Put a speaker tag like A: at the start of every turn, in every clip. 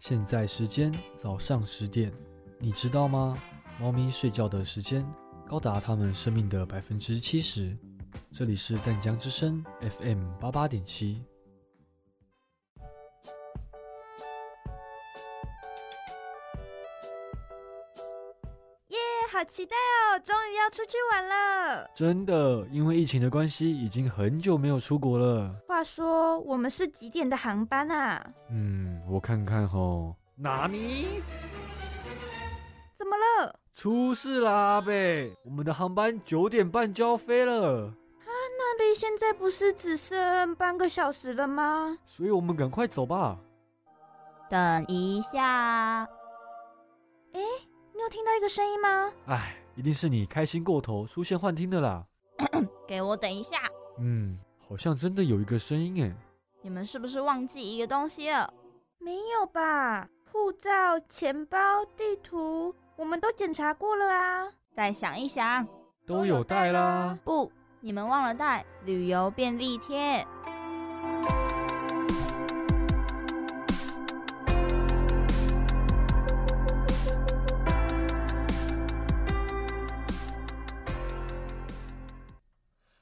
A: 现在时间早上十点，你知道吗？猫咪睡觉的时间高达它们生命的百分之七十。这里是淡江之声 FM 八八点七。
B: 耶、好期待哦！终于要出去玩了。
A: 真的，因为疫情的关系，已经很久没有出国了。
B: 话说，我们是几点的航班啊？
A: 嗯，我看看吼，纳米
B: 怎么了？
A: 出事啦，阿贝，我们的航班九点半就要飞了，
B: 那离现在不是只剩半个小时了吗？
A: 所以我们赶快走吧。
C: 等一下，
B: 你有听到一个声音吗？
A: 哎，一定是你开心过头，出现幻听的啦。
C: 给我等一下！
A: 嗯，好像真的有一个声音哎。
C: 你们是不是忘记一个东西了？
B: 没有吧？护照、钱包、地图，我们都检查过了啊。
C: 再想一想。
A: 都有带啦。
C: 不，你们忘了带旅游便利贴。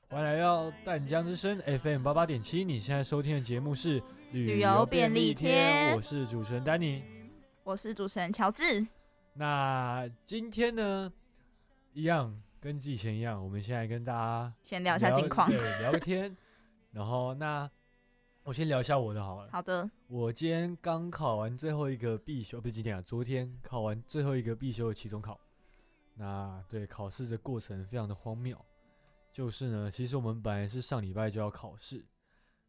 A: 欢迎来到淡江之声 FM 八八点七，你现在收听的节目是
C: 旅游便利贴
A: 我是主持人丹尼。
C: 我是主持人乔治。
A: 那今天呢，一样跟之前一样，我们先来跟大家
C: 先聊一下近况。
A: 对，聊个天。然后那我先聊一下我的好了。
C: 好的，
A: 我今天刚考完最后一个必修，不是今天啊，昨天考完最后一个必修的期中考。那对考试的过程非常的荒谬，就是呢，其实我们本来是上礼拜就要考试，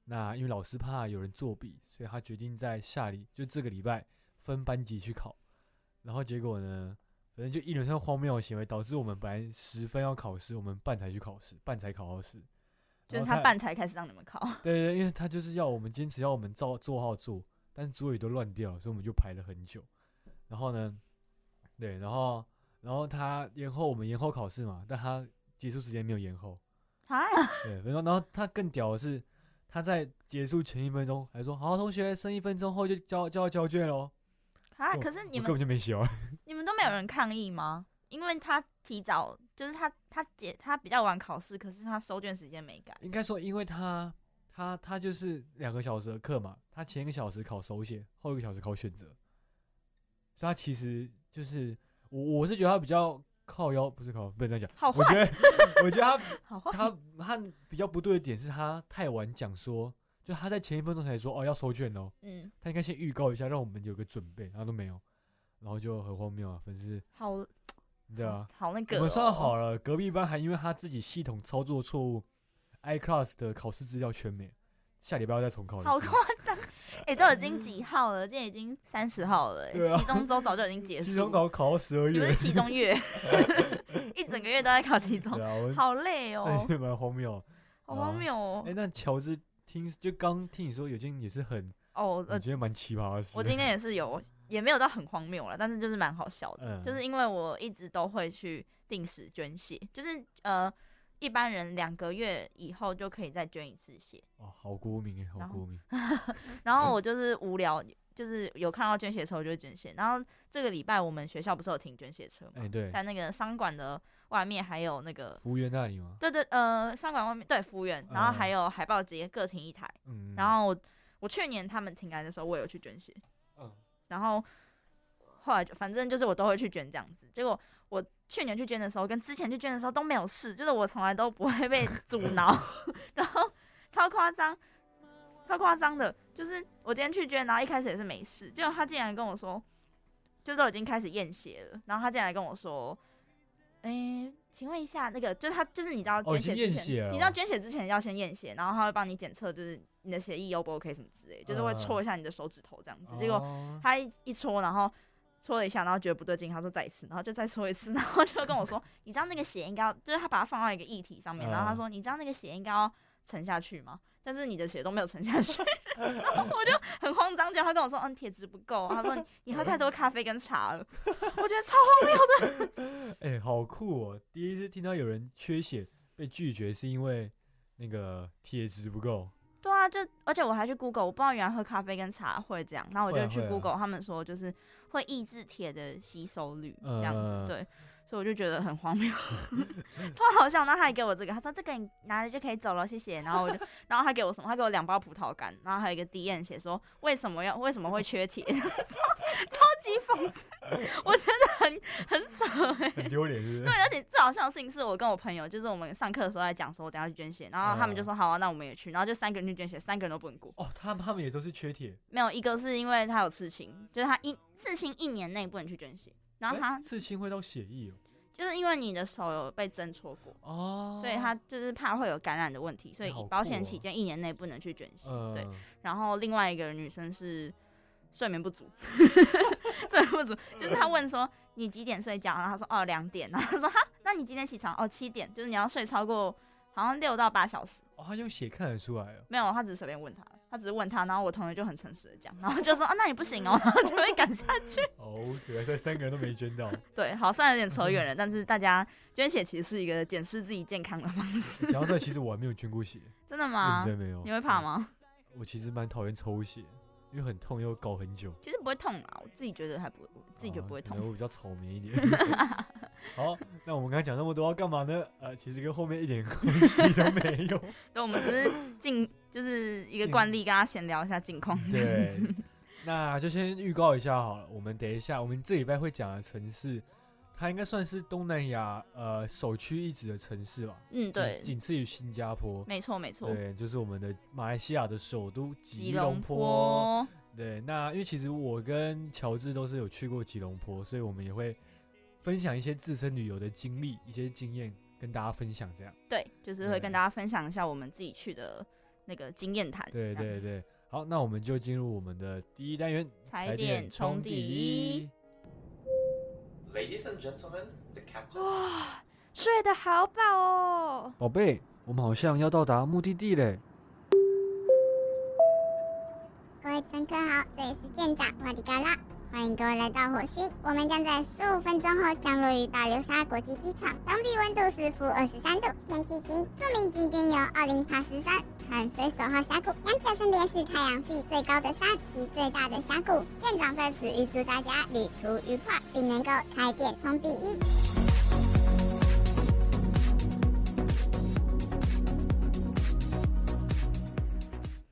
A: 那因为老师怕有人作弊，所以他决定在下礼就这个礼拜分班级去考。然后结果呢，反正就一连串荒谬的行为，导致我们本来十分要考试，我们半才去考试，半才考到试。
C: 就是
A: 然后
C: 他半才开始让你 们考。
A: 对对，对因为他就是要我们坚持要我们照做号做，但是桌椅都乱掉，所以我们就排了很久。然后呢，对，然后然后他延后我们延后考试嘛，但他结束时间没有延后。
C: 啊，
A: 对，然后然后他更屌的是，他在结束前一分钟还说：“好，同学，剩一分钟后就交就要交卷喽。
C: 啊！
A: 我
C: 可是”你
A: 我根
C: 们
A: 本就没写哦完。
C: 你们都没有人抗议吗？因为他提早，就是他他姐他比较晚考试，可是他收卷时间没改。
A: 应该说，因为他他他就是两个小时的课嘛，他前一个小时考手写，后一个小时考选择，所以他其实就是我我是觉得他比较靠腰，不是靠，不能这样
C: 好
A: 讲。我
C: 坏，
A: 觉得 我觉得
C: 好坏
A: 他。他他比较不对的点是他太晚讲说，就他在前一分钟才说哦要收卷哦，
C: 嗯，
A: 他应该先预告一下，让我们有个准备，然后都没有，然后就很荒谬啊，粉丝
C: 好，
A: 对啊，
C: 好那个、哦
A: 我们算好了，隔壁班还因为他自己系统操作错误，iClass 的考试资料全没，下礼拜要再重考一次。
C: 好夸张！ 哎、都已经几号了？现在已经三十号了、
A: 对
C: 欸，
A: 啊
C: 期中周早就已经结
A: 期
C: 束
A: 中。考考到十二
C: 你们
A: 月
C: 是，期中 月， 一整个月都在考期中
A: 对，啊，我
C: 好累哦
A: 真，的蛮荒谬。
C: 好荒谬
A: 哎、
C: 哦。
A: 那乔治听就刚听你说有件也是很，
C: 哦，
A: 我
C: 呃，
A: 觉得蛮奇葩的事。
C: 我今天也是有，也没有到很荒谬了，但是就是蛮好笑的，
A: 嗯
C: 就是因为我一直都会去定时捐血，就是呃。一般人两个月以后就可以再捐一次血，
A: 哦，好国民哎，好
C: 然后
A: 国民。
C: 然后我就是无聊，就是有看到捐血的时候我就捐血。然后这个礼拜我们学校不是有停捐血车吗？
A: 哎、对，
C: 在那个商馆的外面，还有那个
A: 服务员那里吗？
C: 对对呃商馆外面对服务员，然后
A: 嗯
C: 还有海报街各停一台。
A: 嗯，
C: 然后我我去年他们停来的时候，我有去捐血，
A: 嗯
C: 然后后来就反正就是我都会去捐这样子。结果我去年去捐的时候，跟之前去捐的时候都没有事，就是我从来都不会被阻 挠，然后超夸张，超夸张的，就是我今天去捐，然后一开始也是没事，结果他竟然跟我说，就都已经开始验血了，然后他竟然跟我说，诶，请问一下，那个就是他，就是你知道
A: 哦已经
C: 捐血
A: 验
C: 之前，
A: 血了
C: 你知道捐血之前要先验血，然后他会帮你检测，就是你的血液 O 不 OK 什么之类，就是会
A: 嗯
C: 戳一下你的手指头这样子。结果
A: 哦
C: 他一一戳，然后戳了一下，然后觉得不对劲，他说再一次，然后就再戳一次， 然后就跟我说，你知道那个血应该要，就是他把它放到一个液体上
A: 嗯
C: 面，然后他说，你知道那个血应该要沉下去吗？但是你的血都没有沉下去，然后我就很慌张，就他跟我说，嗯，铁质不够，他说你你喝太多咖啡跟茶了，我觉得超
A: 哎、好酷哦！第一次听到有人缺血被拒绝是因为那个铁质不够。
C: 对啊，就而且我还去 Google，我不知道原来喝咖啡跟茶会这样，然后我
A: 会啊
C: 就去
A: 会啊
C: Google，、他们说就是会抑制铁的吸收率这样子，
A: 呃
C: 对，所以我就觉得很荒 谬，超好笑。然后他还给我这个，他说这个你拿了就可以走了，谢谢。然后我就，然后他给我什么？他给我两包葡萄干，然后还有一个 D N 写说为什么要为什么会缺铁，超 超级讽刺，我觉得很很扯哎、
A: 很丢脸，是不
C: 对
A: 是？，
C: 而且最好笑的事情是我跟我朋友，就是我们上课的时候在讲说，我等一下去捐血，然后他
A: 嗯
C: 们就说好啊，那我们也去，然后就三个人去捐血，三个人都不能过，
A: 哦，他们他们也都是缺铁，
C: 没有一个是因为他有刺青，就是他一刺青一年内不能去捐血，然后
A: 诶
C: 他
A: 哎刺青会到血液
C: 就是因为你的手有被针戳过，
A: 哦，哦，
C: 所以他就是怕会有感染的问题，所以
A: 哎好
C: 以
A: 酷
C: 保险起
A: 哦
C: 见一年内不能去捐血，
A: 呃，
C: 对，然后另外一个女生是睡眠不足，睡眠不足，就是她问说你几点睡觉，然后她说哦两点，然后她说哈，那你今天起床哦七点，就是你要睡超过好像六到八小时，
A: 哦，他用血看得出来哦，
C: 没有，她只是随便问她，她只是问她，然后我同学就很诚实的讲，然后就说啊那你不行哦，然后就被赶下去。
A: 哦，原来这三个人都没捐到，
C: 对，好，虽然有点扯远了，但是大家捐血其实是一个检视自己健康的方式，
A: 讲到这，其实我还没有捐过血，
C: 真的
A: 认
C: 吗？
A: 真没哦嗯有，
C: 啊你会怕？吗？
A: 我其实蛮讨厌抽血，因为很痛又搞很久，
C: 其实不会痛啊，我自己觉得还不，我自己觉得
A: 啊
C: 不会
A: 可能
C: 痛。
A: 我比较草莓一 点。好，那我们刚才讲那么多要干嘛呢？呃，其实跟后面一点关系都没有。
C: 对，我们只 是近就是一个
A: 近
C: 惯例，跟他闲聊一下近况。
A: 嗯对，那就先预告一下好了。我们等一下，我们这礼拜会讲的城市，它应该算是东南亚呃首屈一指的城市吧？
C: 嗯，对
A: 仅，仅次于新加坡。
C: 没错没错，
A: 对，就是我们的马来西亚的首都吉隆
C: 隆
A: 坡。
C: 坡，
A: 对，那因为其实我跟乔治都是有去过吉隆坡，所以我们也会分享一些自身旅游的经历、一些经验跟大家分享。这样，
C: 对，就是会跟
A: 对
C: 大家分享一下我们自己去的那个经验谈。
A: 对
C: 这样，
A: 对对。好，那我们就进入我们的第一单元
C: 踩点冲第一。。
D: Ladies and gentlemen, the captain.
B: 哇，睡得好饱哦。
A: 宝贝，我们好像要到达目的地嘞。
E: 各位乘客好，这里是舰长瓦迪嘎拉，欢迎各位来到火星。我们将在十五分钟后降落于大流沙国际机场，当地温度是负二十三度，天气晴。著名景点有奥林帕斯山和水手号峡谷，两者分别是太阳系最高的山及最大的峡谷。舰长在此预祝大家旅途愉快，并能够踩点冲第一。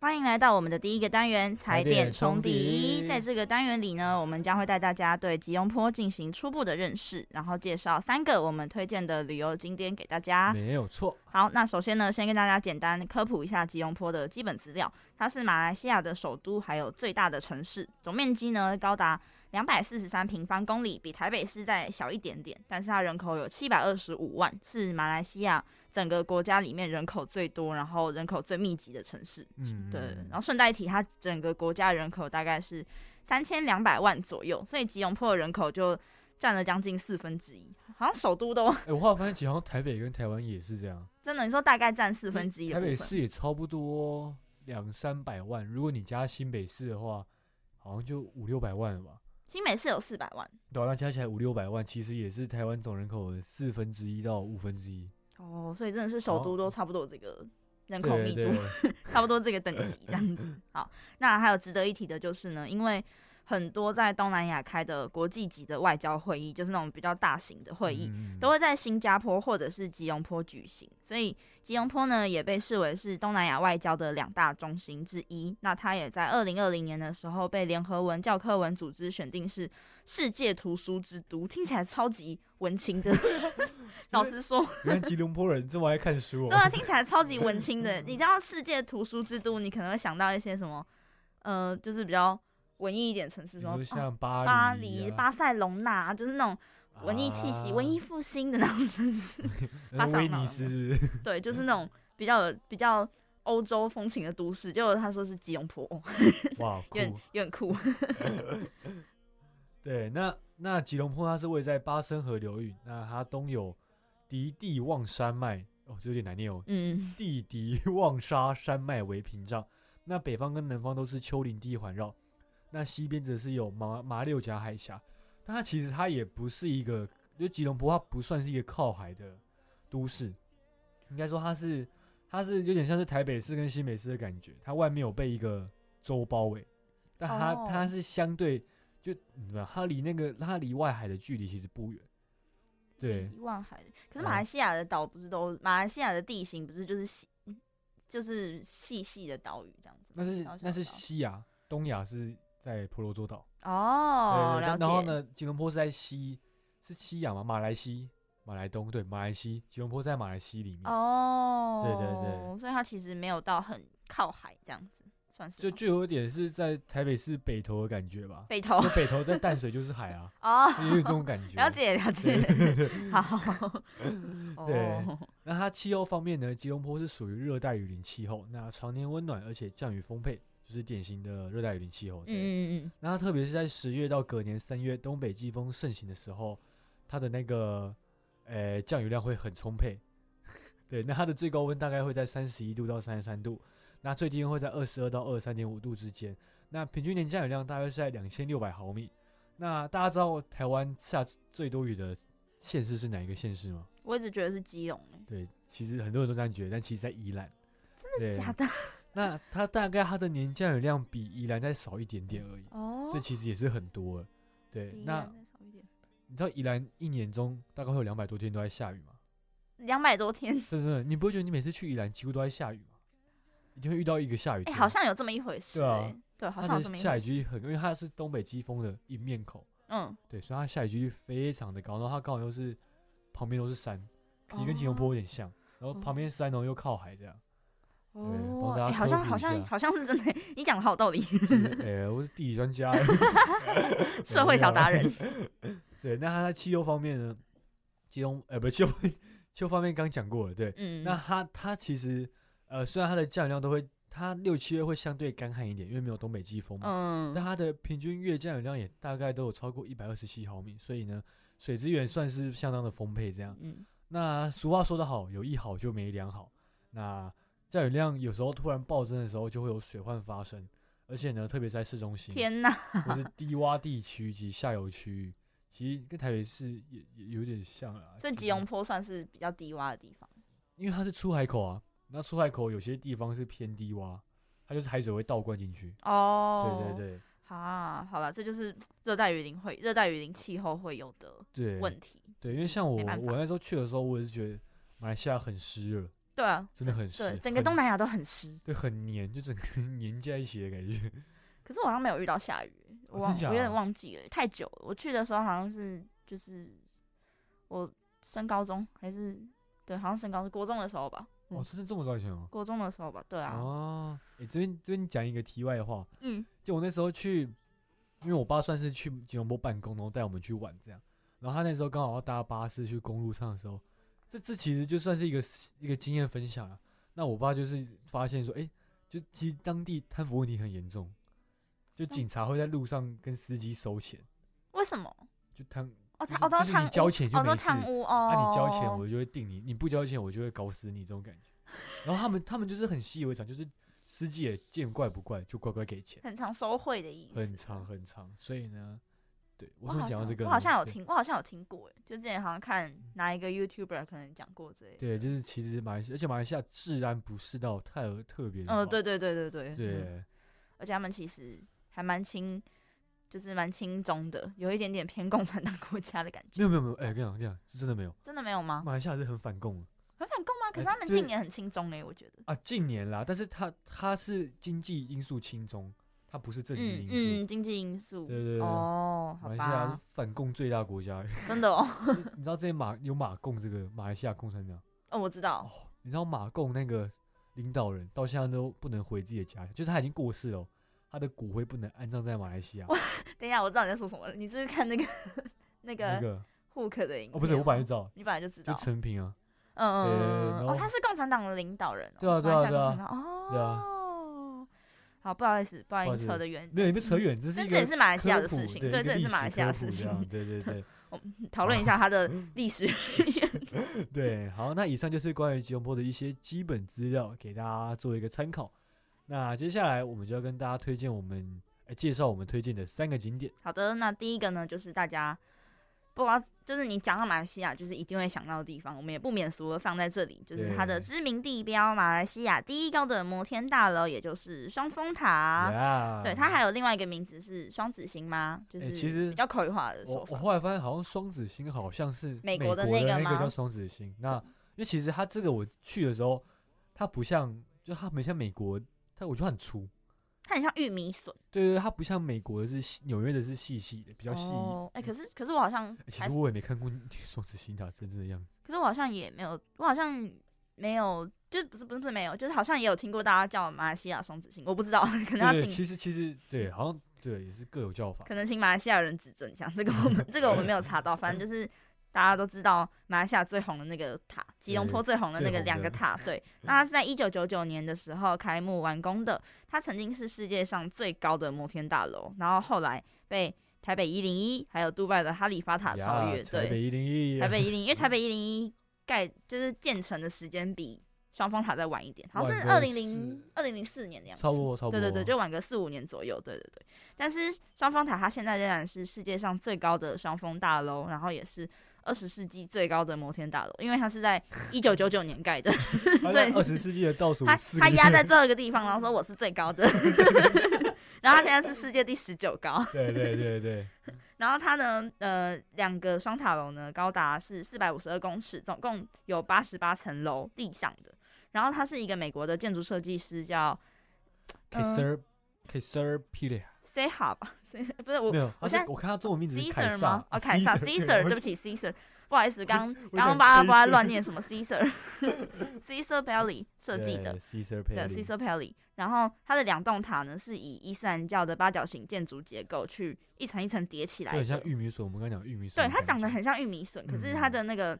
C: 欢迎来到我们的第一个单元“踩
A: 踩
C: 点
A: 点
C: 冲
A: 冲
C: 第
A: 敌
C: 一”。在这个单元里呢，我们将会带大家对吉隆坡进行初步的认识，然后介绍三个我们推荐的旅游景点给大家。
A: 没有错，
C: 好，那首先呢，先跟大家简单科普一下吉隆坡的基本资料。它是马来西亚的首都，还有最大的城市，总面积呢高达两百四十三平方公里，比台北市再小一点点。但是它人口有七百二十五万，是马来西亚整个国家里面人口最多，然后人口最密集的城市。
A: 嗯，
C: 对，然后顺带一提，它整个国家人口大概是三千两百万左右，所以吉隆坡的人口就占了将近四分之一，好像首都都
A: 哎、我后来发现，其实好像台北跟台湾也是这样，
C: 真的，你说大概占四分之一的啊
A: 台
C: 部
A: 北
C: 分。
A: 市也差不多两三百万，如果你加新北市的话，好像就五六百万了吧？
C: 新北市有四百万
A: 对啊、那加起来五六百万，其实也是台湾总人口的四分之一到五分之一。
C: 哦，所以真的是首都都差不多这个人口密
A: 对
C: 度，
A: 对，
C: 差不多这个等 级这样子。好，那还有值得一提的就是呢，因为很多在东南亚开的国际级的外交会议，就是那种比较大型的会议，
A: 嗯
C: 都会在新加坡或者是吉隆坡举行，所以吉隆坡呢也被视为是东南亚外交的两大中心之一。那它也在二零二零年的时候被联合文教科文组织选定是世界图书之都，听起来超级文青的。 老实 说，
A: 你看吉隆坡人这么爱看书哦、
C: 对啊，听起来超级文青的。你知道世界图书之都，你可能会想到一些什么，呃，就是比较文艺一点的城市，
A: 比
C: 什
A: 如
C: 么
A: 说像
C: 啊
A: 巴
C: 巴
A: 黎
C: 黎、
A: 啊、
C: 巴塞隆纳，就是那种文艺气息、文艺
A: 啊
C: 复兴的那种城市。巴
A: 呃
C: 塞
A: 威
C: 纳
A: 尼斯是不是？
C: 对，就是那种比较有比较欧洲风情的都市。结果他说是吉隆坡，哦、
A: 哇，
C: 有点
A: 酷！
C: 有点酷。
A: 对，那那吉隆坡它是位在巴生河流域，那它东有迪地旺山脉，哦，这有点难念哦，
C: 嗯，
A: 地 迪旺沙山脉为屏障，那北方跟南方都是丘陵地环绕，那西边则是有马马六甲海峡，但它其实它也不是一个，就吉隆坡它不算是一个靠海的都市，应该说它是它是有点像是台北市跟新北市的感觉，它外面有被一个州包围，但它、
C: 哦
A: 它是相对就怎么样，它离那个它离外海的距离其实不远，对，
C: 一万海。可
A: 嗯
C: 是马来西亚的岛不是都，马来西亚的地形不是就是细，就是细细的岛屿这样子吗？
A: 那是
C: 小小
A: 那是
C: 的岛
A: 西亚，东亚是在婆罗洲岛，
C: 哦，
A: 对
C: 了
A: 但
C: 解。
A: 然后呢，吉隆坡是在西是西亚嘛，马来西马来东对，马来西吉隆坡是在马来西里面，
C: 哦，
A: 对对
C: 所以它其实没有到很靠海这样子，算是
A: 就
C: 吗
A: 就有点是在台北市北投的感觉吧，
C: 北投
A: 就北投在淡水就是海啊，
C: 哦，
A: 有点这种感觉。
C: 了解了解，好，
A: 对
C: 哦，
A: 那它气候方面呢，吉隆坡是属于热带雨林气候，那常年温暖而且降雨丰沛，就是典型的热带雨林气候。
C: 嗯
A: 对，
C: 嗯嗯，
A: 那它特别是在十月到隔年三月东北季风盛行的时候，它的那个呃降雨量会很充沛。 对，那它的最高温大概会在三十一度到三十三度，那最低温会在二十二到二十三点五度之间。那平均年降雨量大约是在两千六百毫米。那大家知道台湾下最多雨的县市是哪一个县市吗？
C: 我一直觉得是基隆诶，
A: 对，其实很多人都这样觉得，但其实在宜兰，真的
C: 假的
A: 那它大概它的年降雨量比宜兰再少一点点而已，
C: 哦
A: 所以其实也是很多了。对，
C: 比宜
A: 那
C: 兰再少一点，
A: 你知道宜兰一年中大概会有两百多天都在下雨吗？
C: 两百多天，
A: 真的真的，你不会觉得你每次去宜兰几乎都在下雨吗？一定会遇到一个下雨
C: 哎，
A: 天，
C: 好像有这么一回事
A: 对啊
C: 诶，对，好
A: 它
C: 像有这
A: 的
C: 么一
A: 下
C: 回
A: 雨
C: 事，
A: 几率很，因为它是东北季风的一面口，
C: 嗯，
A: 对，所以它下雨几率非常的高。然后它刚好又是旁边都是山，其实跟吉隆坡有
C: 哦
A: 点像，然后旁边山哦然后又靠海这样。 对帮
C: 哦，
A: 大家
C: 哎好
A: 科
C: 像
A: 普
C: 好
A: 一
C: 像
A: 下
C: 好像是真的，你讲的好有 道理，
A: 就是哎、我是地理专 家欸，
C: 社会小达人，
A: 啊 对，那它在气候方面呢，其中呃，不是气候方面气候方面刚讲过了，对。
C: 嗯，
A: 那它它其实呃，虽然它的降雨量都会，它六七月会相对干旱一点，因为没有东北季风嘛。
C: 嗯
A: 但它的平均月降雨量也大概都有超过一百二十七毫米，所以呢，水资源算是相当的丰沛。这样，
C: 嗯，
A: 那俗话说得好，有一好就没两好。那降雨量有时候突然暴增的时候，就会有水患发生，而且呢，特别在市中心，
C: 天哪，
A: 或是低洼地区及下游区域，其实跟台北市也也有点像啦。
C: 所以
A: 就是
C: 吉隆坡算是比较低洼的地方，
A: 因为它是出海口啊，那出海口有些地方是偏低洼，它就是海水会倒灌进去。
C: 哦，
A: 对对对
C: 啊，好了，这就是热带雨林会、热带雨林气候会有的
A: 对，
C: 问题。
A: 对，因为像我
C: 没办法
A: 我那时候去的时候，我也是觉得马来西亚很湿热，
C: 对啊，
A: 真的很湿，
C: 对，整个
A: 很
C: 东南亚都很湿。
A: 对很黏，就整个 黏在一起的感觉。
C: 嗯可是我好像没有遇到下雨，我
A: 哦
C: 忘、
A: 真假
C: 我有点
A: 的
C: 忘记了，太久了。我去的时候好像是就是我升高中还是对，好像升高中国中的时候吧，
A: 哦，真的这么早以前哦？
C: 国中的时候吧，对啊，
A: 哦，哎、这边这边讲一个题外话，
C: 嗯，
A: 就我那时候去，因为我爸算是去吉隆坡办公，然后带我们去玩这样。然后他那时候刚好要搭巴士去公路上的时候，这这其实就算是一个一个经验分享啊。那我爸就是发现说，哎、就其实当地贪腐问题很严重，就
C: 嗯
A: 警察会在路上跟司机收钱，
C: 为什么？
A: 就贪
C: 哦，
A: 就是
C: 他哦都
A: 就是
C: 贪
A: 你
C: 污，
A: 交钱就
C: 哦都
A: 没事
C: 贪污哦，
A: 啊，你交钱我就会定你，你不交钱我就会搞死你这种感觉。然后他们他们就是很习以为常，就是司机也见怪不怪，就乖乖给钱，
C: 很常收贿的意思，
A: 很长很长。所以呢，对我
C: 我
A: 怎么
C: 好
A: 讲到
C: 像
A: 这个呢？
C: 我好像有
A: 对嗯
C: 听，我好像有听过，哎，就之前好像看哪一个 YouTuber 可能讲过之类的。
A: 对，就是其实马来西亚，而且马来西亚治安不是到太而特别的好，
C: 嗯，对对对对对，嗯
A: 哦对，
C: 而且他们其实还蛮轻，就是蛮轻中的，有一点点偏共产党国家的感
A: 没
C: 觉。
A: 有没有没有，哎，跟你讲跟你讲，是真的没有，
C: 真的没有吗？
A: 马来西亚是很反共的
C: 很反共吗？可是
A: 哎
C: 他们
A: 就是
C: 近年很轻中哎、我觉得。
A: 啊，近年啦，但是它它是经济因素轻中，它不是政治
C: 嗯
A: 因素，
C: 嗯，经济因素。
A: 对对对
C: 哦，
A: 马
C: 好
A: 来西亚
C: 吧
A: 是，反共最大国家，
C: 真的哦，
A: 你知道之前马有马共这个马来西亚共产党，
C: 哦，我知道，
A: 你知道马共那个领导人到现在都不能回自己的家乡，就是他已经过世了哦，他的骨灰不能安葬在马来西亚，
C: 等一下，我知道你在说什么了。你是不是 看那个那
A: 那
C: 个
A: 个
C: Hook 的影片吗？
A: 哦不是，我本来就知道，
C: 你本来就啊知
A: 就
C: 道，
A: 陈平啊。
C: 嗯嗯
A: 对
C: 嗯，
A: 然
C: 嗯
A: 后
C: 哦，他是共产党的领导人、哦，
A: 对啊对啊
C: 马来西
A: 对
C: 亚
A: 啊
C: 共产党哦，
A: 对啊
C: 好，不好意思，不好
A: 不好
C: 意
A: 意
C: 思，
A: 思
C: 扯得远，
A: 没有，也不扯远，这是
C: 嗯这
A: 一
C: 这也
A: 个
C: 是马来
A: 科
C: 西亚的
A: 普
C: 事情，
A: 对，
C: 对，
A: 一
C: 这
A: 个
C: 也
A: 历
C: 是
A: 史
C: 马来西亚
A: 科
C: 的
A: 普
C: 事
A: 这
C: 情，
A: 样对对对
C: 讨
A: 啊
C: 论一下它的
A: 嗯
C: 历史。
A: 对。好，那以上就是关于吉隆坡的一些基本资料，给大家做一个参考。那接下来我们就要跟大家推哎荐我们、呃介绍我们推荐的三个景点。
C: 好的，那第一个呢，就是大家不管就是你讲到马来西亚，就是一定会想到的地方，我们也不免俗的放在这里，就是它的
A: 对
C: 知名地标——马来西亚第一高的摩天大楼，也就是双峰塔。
A: 呀
C: 对，它还有另外一个名字是双子星吗？就
A: 哎
C: 是
A: 其实
C: 比较口语化的说
A: 我我
C: 法。
A: 后来发现，好像双子星好像是
C: 美
A: 国
C: 国的
A: 那
C: 那个
A: 个
C: 吗
A: 叫双子星。那因为其实它这个我去的时候，它不像，就它没像美国，它我觉得很粗。
C: 它很像玉米笋，
A: 对对，对它不像美国的是细纽约的是细细的，比较细。
C: 哦，哎、可是可是我好像
A: 欸其
C: 还
A: 实
C: 是，
A: 我也没看过双子星塔真正的样子。
C: 可是我好像也没有，我好像没有，就是不是不是不是没有，就是好像也有听过大家叫马来西亚双子星，我不知道， 可能要
A: 对对，
C: 请嗯
A: 其实其实对，好像对也是各有叫法。
C: 可能请马来西亚人指正一下，这个 我们这个我们没有查到，反正就是大家都知道马来西亚最红的那个塔，吉隆坡最红的那
A: 最
C: 个
A: 红
C: 两个
A: 的
C: 塔， 对，那它是在一九九九年的时候开幕完工的，它曾经是世界上最高的摩天大楼，然后后来被台北一零一还有杜拜的哈利法塔超
A: 呀
C: 越，
A: 台
C: 对
A: 北，一零一，
C: 台北一零，因为 台北一零一盖就是建成的时间比双峰塔再晚一点，好像是二
A: 晚个
C: 零零二零零四年的样子，
A: 差不多差不多。
C: 对对对，就晚个四五年左右，对对对。但是双峰塔它现在仍然是世界上最高的双峰大楼，然后也是二十世纪最高的摩天大楼，因为它是在一九九九年 盖的，
A: 它
C: 所以
A: 在二十世纪的倒数
C: 它
A: 四。
C: 它压在这个地方，然后说我是最高 的，然后它现在是世界第十九高。
A: 对对对对，
C: 然后它呢，呃，两个双塔楼呢，高达是四百五十二公尺，总共有八十八层楼，地上的。然后它是一个美国的建筑设计师叫
A: k i s s e
C: 嗯
A: r k i s s e r p i l a
C: Seha 吧，Se- 不是我
A: 没有，他
C: 我
A: 是
C: 现在
A: 我看他中文名字是凯
C: Caesar
A: 撒啊
C: 吗？哦，凯撒 Caesar，对不
A: 起，
C: 起 Caesar，不好意思，刚
A: 我想
C: 刚巴拉
A: Caesar
C: 巴拉乱念什 么 Caesar Caesar Belly 设计的。
A: Caesar
C: 对
A: Paley。
C: Caesar Pelli，然后它的两栋塔呢是以伊斯兰教的八角形建筑结构去一层一层叠起
A: 就
C: 来的，
A: 很像玉米笋，我们刚刚讲玉米笋
C: 对，
A: 的感
C: 它
A: 觉。嗯
C: 长得很像玉米笋，可是它的那个、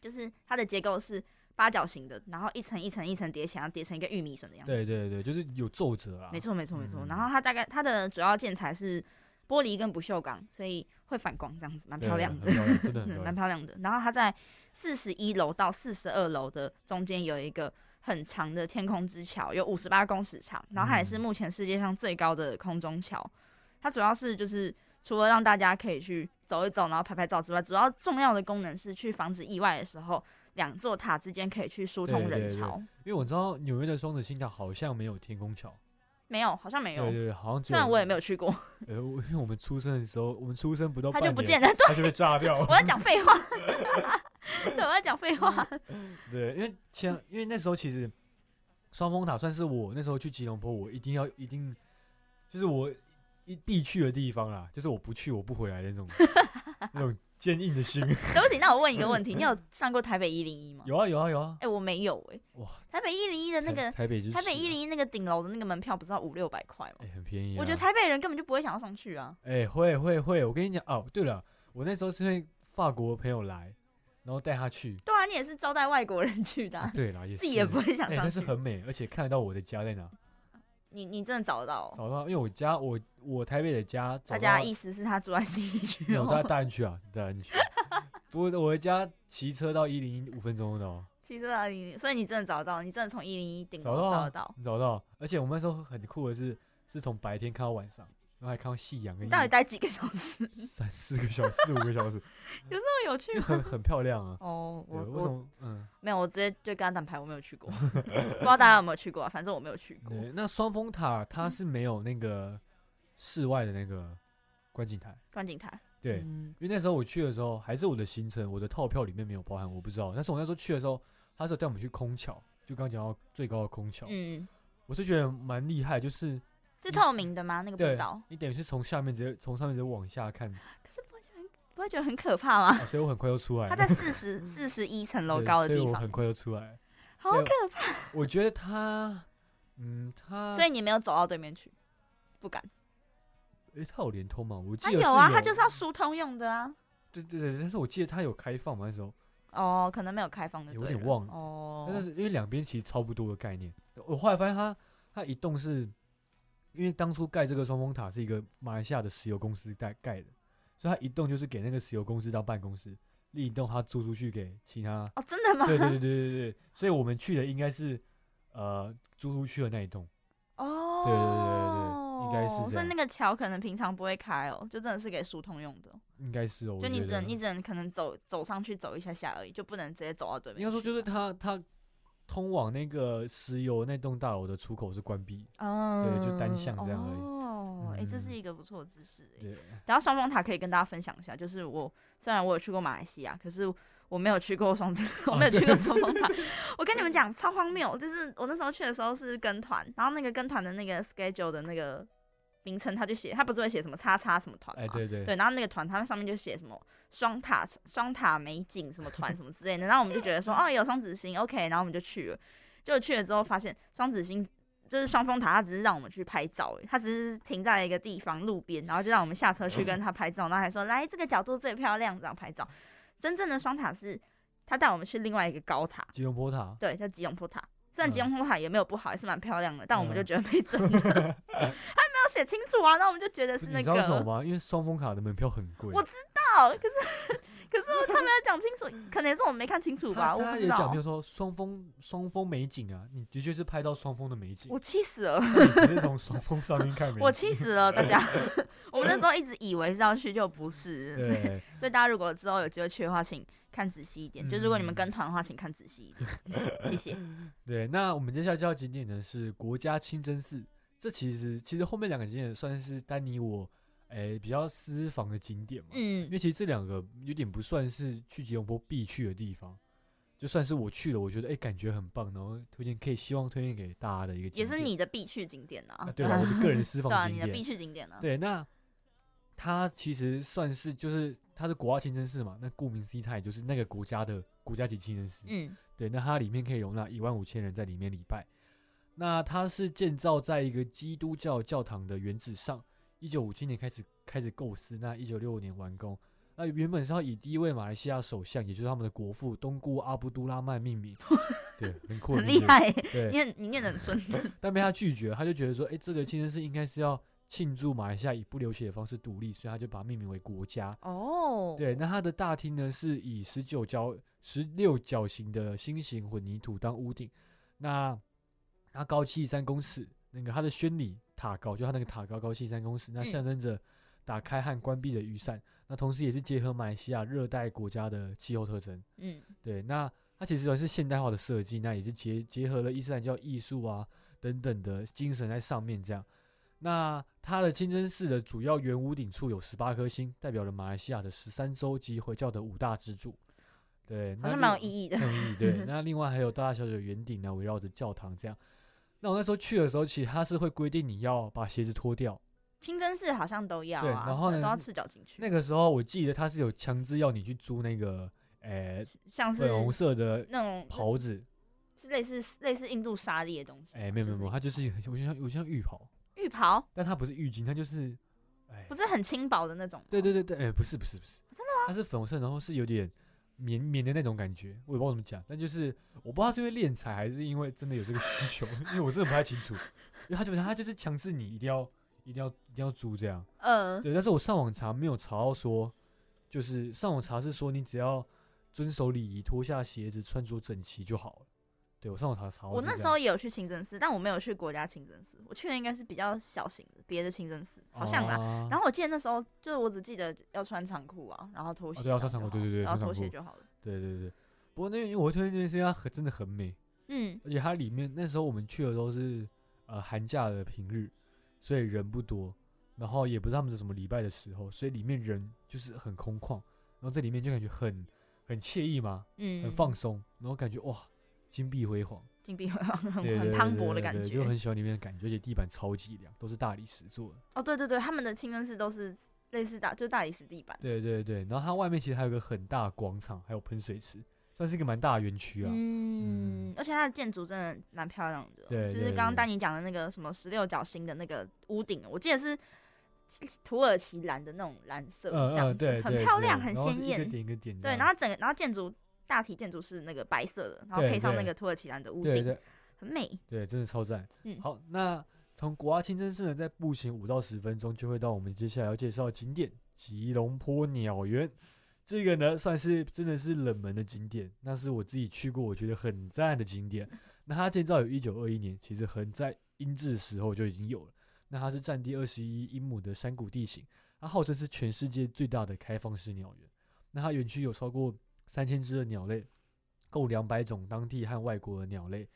C: 就是它的结构是八角形的，然后一层一层一层叠起来，叠成一个玉米笋的样子。
A: 对对对，就是有皱褶啊。
C: 没错，没错，没错。
A: 嗯
C: 然后它大概它的主要建材是玻璃跟不锈钢，所以会反光，这样子蛮
A: 对，
C: 漂亮的
A: 很，漂亮，真的很
C: 嗯
A: 漂
C: 蛮
A: 亮。
C: 漂亮的。然后它在四十一楼到四十二楼的中间有一个。很长的天空之桥，有五十八公尺长，然后它也是
A: 嗯
C: 目前世界上最高的空中桥。它主要是就是除了让大家可以去走一走，然后拍拍照之外，主要重要的功能是去防止意外的时候，两座塔之间可以去疏通
A: 对
C: 人
A: 对
C: 潮。
A: 因为我知道纽约的双子星塔好像没有天空桥，
C: 没有，好像没
A: 对
C: 有。
A: 对对，好像只
C: 虽然我也没
A: 有
C: 有去过，
A: 呃，因为我们出生的时候，我们出生不到
C: 它
A: 半年，
C: 就不 见了。对，
A: 它就被炸掉。
C: 我要讲废话。 对，我要讲废话。
A: 对，因为前因为那时候其实双峰塔算是我那时候去吉隆坡，我一定要一定就是我一必去的地方啦，就是我不去我不回来的 那种那种坚硬的心。
C: 对不起，那我问一个问题，你有上过台北一零一吗？
A: 有啊有啊有啊
C: 哎、，我没有哎、
A: 哇，
C: 台北一零一的那
A: 台
C: 个
A: 台北就是
C: 台北一
A: 啊，
C: 零一那个顶楼的那个门票，不是要五六百块吗？
A: 哎、很便宜、啊。
C: 我觉得台北人根本就不会想要上去啊。
A: 哎、会会会，我跟你讲哦，对了，我那时候是因为法国朋友来，然后带他去。
C: 对啊，你也是招待外国人去 的啊、
A: 啊对啦，也是
C: 自己也不会想
A: 哎、
C: 上
A: 但是
C: 去。
A: 很美，而且看得到我的家在哪，
C: 你你真的找得到、哦？
A: 找到，因为我家我我台北的家找
C: 大
A: 到，
C: 家意思是他住在新一
A: 没
C: 区
A: 有，大家
C: 哦，
A: 大安区啊，大 安区。我我的家骑车到一零一五分钟的哦，
C: 其实啊，你所以你真的找得到，你真的从一零一顶
A: 找到
C: 楼哦找
A: 啊
C: 得到。
A: 找到。而且我们那时候很酷的是，是从白天看到晚上，然后还看到夕阳跟
C: 你
A: 夜
C: 到底待几个小时？
A: 三四个小时、四五个小时，
C: 有这么有趣
A: 因为
C: 吗？
A: 很很漂亮啊。
C: 哦，
A: 对，
C: 我
A: 为
C: 我
A: 什么？嗯，
C: 没有，我直接就跟他坦白，我没有去 过，不知道大家有没有去过、啊，反正我没嗯有去过。
A: 对。那双峰塔它是没有那个室外的那个观景台，
C: 观景台，
A: 对，
C: 嗯，
A: 因为那时候我去的时候，还是我的行程，我的套票里面没有包含，我不知道。但是我那时候去的时候，他是有带我们去空桥，就刚讲到最高的空桥，
C: 嗯，
A: 我是觉得蛮厉害，就是
C: 是透明的吗？那个步
A: 嗯对
C: 道，
A: 你等于是从下面直接从上面直接往下 看、
C: 可是不会觉得很不会觉得很可怕吗？
A: 啊所以我很快就出来
C: 它
A: 了。
C: 在四十四十一层楼
A: 对
C: 高的
A: 所以
C: 地
A: 我
C: 方
A: 很，快就出来了。
C: 嗯好
A: 对
C: 可怕。
A: 我觉得他，嗯，他，
C: 所以你没有走到对面去，不敢。
A: 诶他有联通吗？我记
C: 它
A: 得是
C: 有啊，它就是要疏通用的啊。
A: 对对对，但是我记得他有开放嘛那时候，
C: 哦，可能没有开放的，
A: 有点忘了
C: 哦。。
A: 但是因为两边其实差不多的概念。我后来发现它，它一栋是，因为当初盖这个双峰塔是一个马来西亚的石油公司盖盖的，所以它一栋就是给那个石油公司当办公室，另一栋它租出去给其他
C: 哦，真的吗？
A: 对对对对对对，所以我们去的应该是呃租出去的那一栋。
C: 哦，
A: 对对对对对，应应该是这
C: 所以
A: 样
C: 那个桥可能平常不会开哦，就真的是给疏通用的哦。
A: 应该是哦。我
C: 就你
A: 觉
C: 只
A: 得
C: 能你只能可能走走上去走一下下而已，就不能直接走到对面去
A: 应该
C: 吧。
A: 说就是它它通往那个石油那栋大楼的出口是关闭。
C: 嗯，
A: 就单向这样而已
C: 哦，哎、这是
A: 嗯
C: 一个不错的知识、欸。
A: 对，
C: 然后双峰塔可以跟大家分享一下，就是我虽然我有去过马来西亚，可是我没有去过双子，
A: 哦
C: 我没有去过双峰塔。 我跟你们讲，超荒谬！就是我那时候去的时候是跟团，然后那个跟团的那个 schedule 的那个名称，他就写，他不是会写什么叉叉什么团
A: 哎
C: 吗？
A: 对对
C: 哦对，然后那个团，他们上面就写什么双塔、双塔美景什么团什么之类的，然后我们就觉得说，哦，有双子星，OK，然后我们就去了。就去了之后发现，双子星就是双峰塔，它只是让我们去拍照而已，它只是停在一个地方路边，然后就让我们下车去跟他拍照，然后还说，来这个角度最漂亮，这样拍照。真正的双塔是，他带我们去另外一个高塔，
A: 吉隆坡塔，
C: 对，叫吉隆坡塔。虽然吉
A: 嗯
C: 隆坡塔也没有不好，也是蛮漂亮的，但我们就
A: 嗯
C: 觉得被整了， 他没有写清楚啊，那我们就觉得是那个。
A: 你知道为什么吗？因为双峰卡的门票很贵。
C: 我知道，可是可是他没有讲清楚，可能也是我没看清楚吧，
A: 他
C: 我
A: 他
C: 不知
A: 也讲，
C: 道
A: 比。如说双峰双峰美景啊，你的确是拍到双峰的美景
C: 我，气死了，
A: 你直接从双峰上面看美景。
C: 我 气死了，大家！ 我们那时候一直以为是要去，就不是。所以
A: 对，
C: 所以大家如果之后有机会去的话，请看仔细一点。就如果你们
A: 嗯
C: 跟团的话，请看仔细一点， 谢嗯谢。
A: 对，那我们接下来介绍景点呢是国家清真寺，这其实其实后面两个景点算是丹尼我诶、比较私房的景点嘛，因
C: 嗯
A: 为其实这两个有点不算是去吉隆坡必去的地方，就算是我去了，我觉得诶、感觉很棒，然后推荐可以希望推荐给大家的一个景
C: 也
A: 点，
C: 是你的必去景点啊
A: 啊，对吧？我的个人私
C: 对啊，
A: 房景
C: 你的必
A: 点，
C: 去景点呢？
A: 对，那它其实算是就是它是国家清真寺嘛，那顾名思义，它也就是那个国家的国家级清真寺，
C: 嗯，
A: 对，那它里面可以容纳一万五千人在里面礼拜。那它是建造在一个基督教教堂的原址上，一九五七年开始开始构思，那一九六五年完工。那原本是要以第一位马来西亚首相，也就是他们的国父东姑阿布都拉曼命名， 对，很酷的
C: 很
A: 名
C: 厉
A: 字，
C: 害，你
A: 对。
C: 念你念得很顺。
A: 但被他拒绝，他就觉得说，哎、这个清真寺应该是要庆祝马来西亚以不流血的方式独立，所以他就把它命名为国家。
C: 哦，
A: 对，那它的大厅呢是以十九角、十六角形的新型混凝土当屋顶，那它高七三公尺，那个它的宣礼塔高，就它那个塔高高七三公尺，那
C: 嗯
A: 象征着打开和关闭的雨伞，那同时也是结合马来西亚热带国家的气候特征。
C: 嗯，
A: 对，那它其实还是现代化的设计，那也是结结合了伊斯兰教艺术啊等等的精神在上面这样。那它的清真寺的主要圆屋顶处有十八颗星，代表了马来西亚的十三州及回教的五大支柱。对，
C: 好
A: 那
C: 像蛮有
A: 另
C: 意义的。
A: 很有意义。 对，那另外还有大大小小的圆顶啊呢，围绕着教堂这样。那我那时候去的时候，其实它是会规定你要把鞋子脱掉。
C: 清真寺好像都要啊，
A: 对然后呢
C: 都要赤脚进去。
A: 那个时候我记得它是有强制要你去租那个，诶、
C: 像是
A: 粉红色的
C: 那种
A: 袍子。
C: 是类似类似印度纱丽的东西吗。
A: 哎、没有没有没有，
C: 就是
A: 它就是很像我就像我就像浴袍，
C: 浴袍
A: 但它不是浴巾，它就是，哎、
C: 不是哦很轻薄的那种吗。
A: 对对对对，哎、不是不是不是，真的吗？它是粉红色，然后是有点绵绵的那种感觉，我也不知道怎么讲，但就是我不知道是因为练财还是因为真的有这个需求， 因为我真的不太清楚，因为它就是它就是强制你一定要一定要一定要租这样，
C: 嗯，
A: 对，但是我上网查没有查到说，就是上网查是说你只要遵守礼仪，脱下鞋子，穿着整齐就好了。对我上网查查到
C: 我
A: 是
C: 那
A: 这
C: 时
A: 样
C: 候也有去清真寺，但我没有去国家清真寺，我去的应该是比较小型的别的清真寺，好像啦。
A: 啊
C: 然后我记得那时候就是我只记得要穿长裤啊，然后拖鞋、
A: 啊对要穿长裤对对对
C: 然后
A: 穿
C: 拖
A: 长
C: 鞋
A: 裤
C: 就好了。
A: 对对对，不过那因为我推荐这件事情，它很真的很美，
C: 嗯，
A: 而且它里面那时候我们去的都是呃寒假的平日，所以人不多，然后也不是他们的什么礼拜的时候，所以里面人就是很空旷，然后在里面就感觉很很惬意嘛，
C: 嗯，
A: 很放松，然后感觉哇金碧辉煌，
C: 金碧辉煌，很
A: 对对
C: 很
A: 对
C: 磅礴的
A: 对
C: 感
A: 对
C: 觉
A: 就。很喜欢里面的感觉，而且地板超级凉，都是大理石做的。
C: 哦，对对对，他们的清真寺都是类似大，就是大理石地板。
A: 对对对，然后它外面其实还有一个很大的广场，还有喷水池，算是一个蛮大的园区啊。
C: 嗯，而且它的建筑真的蛮漂亮的，
A: 对
C: 就是
A: 对
C: 刚刚
A: 对
C: 丹尼讲的那个什么十六角星的那个屋顶，我记得是土耳其蓝的那种蓝色，
A: 嗯
C: 这
A: 嗯，
C: 样子
A: 对，
C: 很
A: 对
C: 漂
A: 对
C: 亮，很
A: 然后是
C: 鲜
A: 一个
C: 艳，
A: 点一个点这
C: 对，
A: 样。
C: 然后整个然后建筑大体建筑是那个白色的，然后
A: 对
C: 配上那
A: 对
C: 个土耳其蓝的屋
A: 对
C: 顶，
A: 对
C: 很美，
A: 对，真的超赞。
C: 嗯
A: 好，那从国家清真寺呢，再步行五到十分钟，就会到我们接下来要介绍的景点——吉隆坡鸟园。这个呢，算是真的是冷门的景点，那是我自己去过，我觉得很赞的景点。那它建造于一九二一年，其实很在英治时候就已经有了。那它是占地二十一英亩的山谷地形，它号称是全世界最大的开放式鸟园。那它园区有超过三千只的鸟类，够两百种当地和外国的鸟类。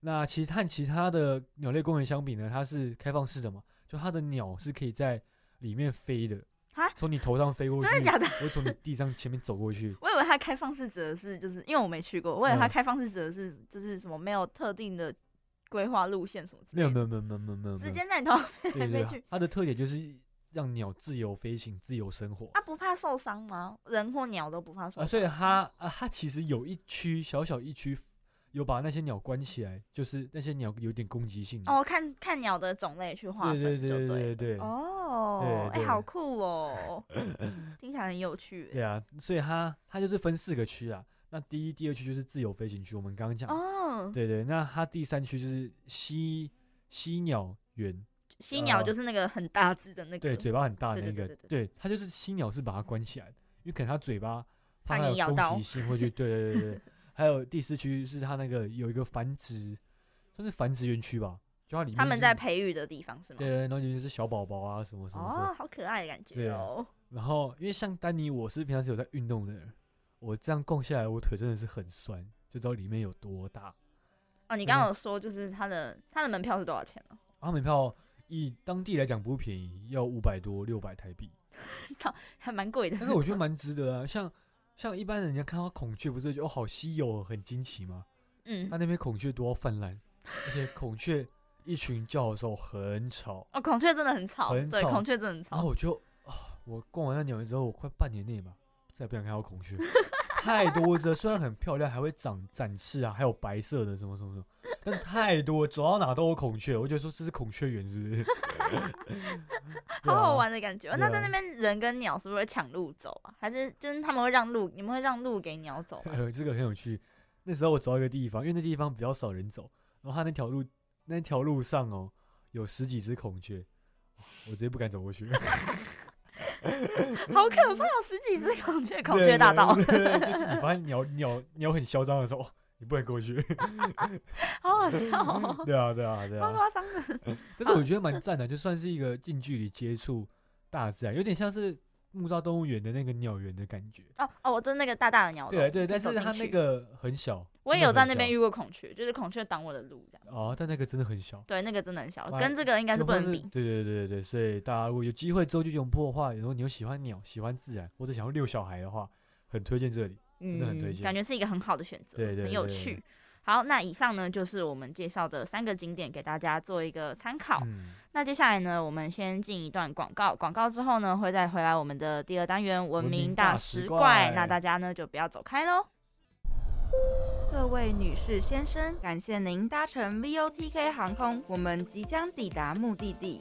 A: 那其和其他的鸟类公园相比呢，它是开放式的嘛，就它的鸟是可以在里面飞的
C: 啊，
A: 从你头上飞过去，
C: 真的假的？
A: 我从你地上前面走过 去，
C: 我以为它开放式指的是就是因为我没去过，我以为它
A: 嗯
C: 开放式指的是就是什么没有特定的规划路线什么之
A: 没
C: 类
A: 有
C: 的，
A: 没有没有没有没有没有，
C: 直接在你头上 飞
A: 对啊
C: 来
A: 对
C: 飞
A: 对
C: 去，。
A: 它的特点就是让鸟自由飞行、自由生活
C: 它啊不怕受伤吗？人或鸟都不怕受
A: 啊，
C: 伤，
A: 所以它啊，它其实有一区小小一区有把那些鸟关起来，就是那些鸟有点攻击性的。
C: 哦，看看鸟的种类去划
A: 对
C: 分
A: 对
C: 就
A: 对
C: 了
A: 对对，
C: 哦，
A: 对
C: 哎、
A: 对
C: 好酷 哦，听起来很有趣耶。
A: 对啊，所以它它就是分四个区啊。那第一、第二区就是自由飞行区，我们刚刚讲的。
C: 哦，
A: 对对，那它第三区就是犀犀鸟园，
C: 犀鸟
A: 呃
C: 就是那个很大只的那个，
A: 对，嘴巴很大的那
C: 对
A: 个，
C: 对对对
A: 对，它就是犀鸟是把它关起来的，因为可能它嘴巴怕
C: 怕
A: 它
C: 你
A: 有
C: 咬
A: 攻
C: 到
A: 击性会去，对对对 对。还有第四区是它那个有一个繁殖，算是繁殖园区吧，就它里面
C: 他们
A: 就
C: 在
A: 是
C: 培育的地方是吗？
A: 对对，对然后里面是小宝宝啊什么什么什么。
C: 哦，好可爱的感
A: 对
C: 觉
A: 啊
C: 哦。
A: 然后因为像丹尼，我是平常是有在运动的人，我这样供下来，我腿真的是很酸，就知道里面有多大。
C: 哦，你
A: 真
C: 刚
A: 的
C: 刚有说就是它的它的门票是多少钱哦呢、
A: 啊，门票以当地来讲不便宜，要五百多六百台币。
C: 还蛮贵的。
A: 但是我觉得蛮值得啊。像像一般人家看到孔雀，不是就哦好稀有，很惊奇吗？
C: 嗯
A: 那，那边孔雀多到泛滥，而且孔雀一群叫的时候很吵。
C: 哦，孔雀真的很吵，
A: 很
C: 对，
A: 吵
C: 孔雀真的很
A: 然后
C: 吵。
A: 我就啊，我逛完那鸟园之后，我快半年内吧，再也不想看到孔 雀，太多只了。虽然很漂亮，还会长展翅啊，还有白色的什么什么什么，但太多，走到哪都有孔雀。我就说这是孔雀园，是不是？ 对
C: 好好
A: 啊
C: 玩哦的感觉、
A: 对
C: 那在
A: 啊
C: 那边人跟鸟是不是会抢路走啊？还是就是他们会让路？你们会让路给鸟走啊 吗？
A: 呃，这个很有趣。那时候我走到一个地方，因为那地方比较少人走，然后它那条路那条路上哦，有十几只孔雀，我直接不敢走过 去。
C: 好可怕，有十几只孔雀，孔
A: 对
C: 雀大
A: 对
C: 道，
A: 对对就是你发现鸟鸟鸟很嚣张的时候，哦你不能过去。
C: 好好笑、哦，
A: 对啊，对啊， 对
C: 超
A: 啊。
C: 夸张的。
A: 但是我觉得蛮赞的，就算是一个近距离接触大自然，有点像是木造动物园的那个鸟园的感觉。
C: 哦哦，我就是那个大大的鸟笼，
A: 对对，但
C: 可以走
A: 是它
C: 进
A: 那
C: 去
A: 个很小，
C: 我
A: 真
C: 也
A: 的
C: 有在
A: 很
C: 那边
A: 小
C: 遇过孔雀，就是孔雀挡我的路这样。
A: 哦，但那个真的很小。
C: 对，那个真的很小，
A: 哇
C: 跟这个应该是
A: 就
C: 不
A: 或
C: 能比。
A: 对对对对对，所以大家如果有机会之后去吉隆坡的话，如果你有喜欢鸟、喜欢自然或者想要遛小孩的话，很推荐这里。真的很推荐
C: 嗯感觉是一个很好的选择，
A: 对对
C: 很有
A: 对对
C: 趣。好，那以上呢就是我们介绍的三个景点给大家做一个参考。
A: 嗯，
C: 那接下来呢，我们先进一段广告，广告之后呢会再回来我们的第二单元文
A: 文
C: 明
A: 明
C: 大
A: 大
C: 石
A: 石
C: 怪。
A: 怪
C: 那大家呢就不要走开喽。
F: 各位女士、先生，感谢您搭乘 VOTK 航空，我们即将抵达目的地。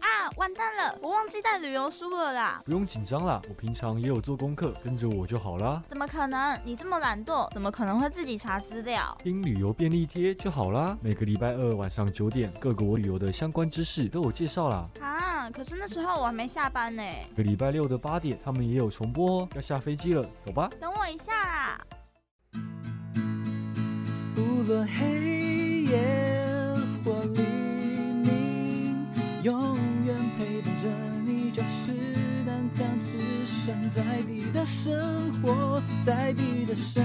C: 啊，完蛋了，我忘记带旅游书了啦！
A: 不用紧张啦，我平常也有做功课，跟着我就好啦。
C: 怎么可能？你这么懒惰，怎么可能会自己查资料？
A: 听旅游便利贴就好啦。每个礼拜二晚上九点，各国旅游的相关知识都有介绍啦。
C: 啊，可是那时候我还没下班呢。
A: 每个礼拜六的八点，他们也有重播哦。要下飞机了，走吧。
C: 等我一下啦。
G: 无论黑夜或黎明，永远陪伴着你，就是南疆之声，在地的生活，在地的声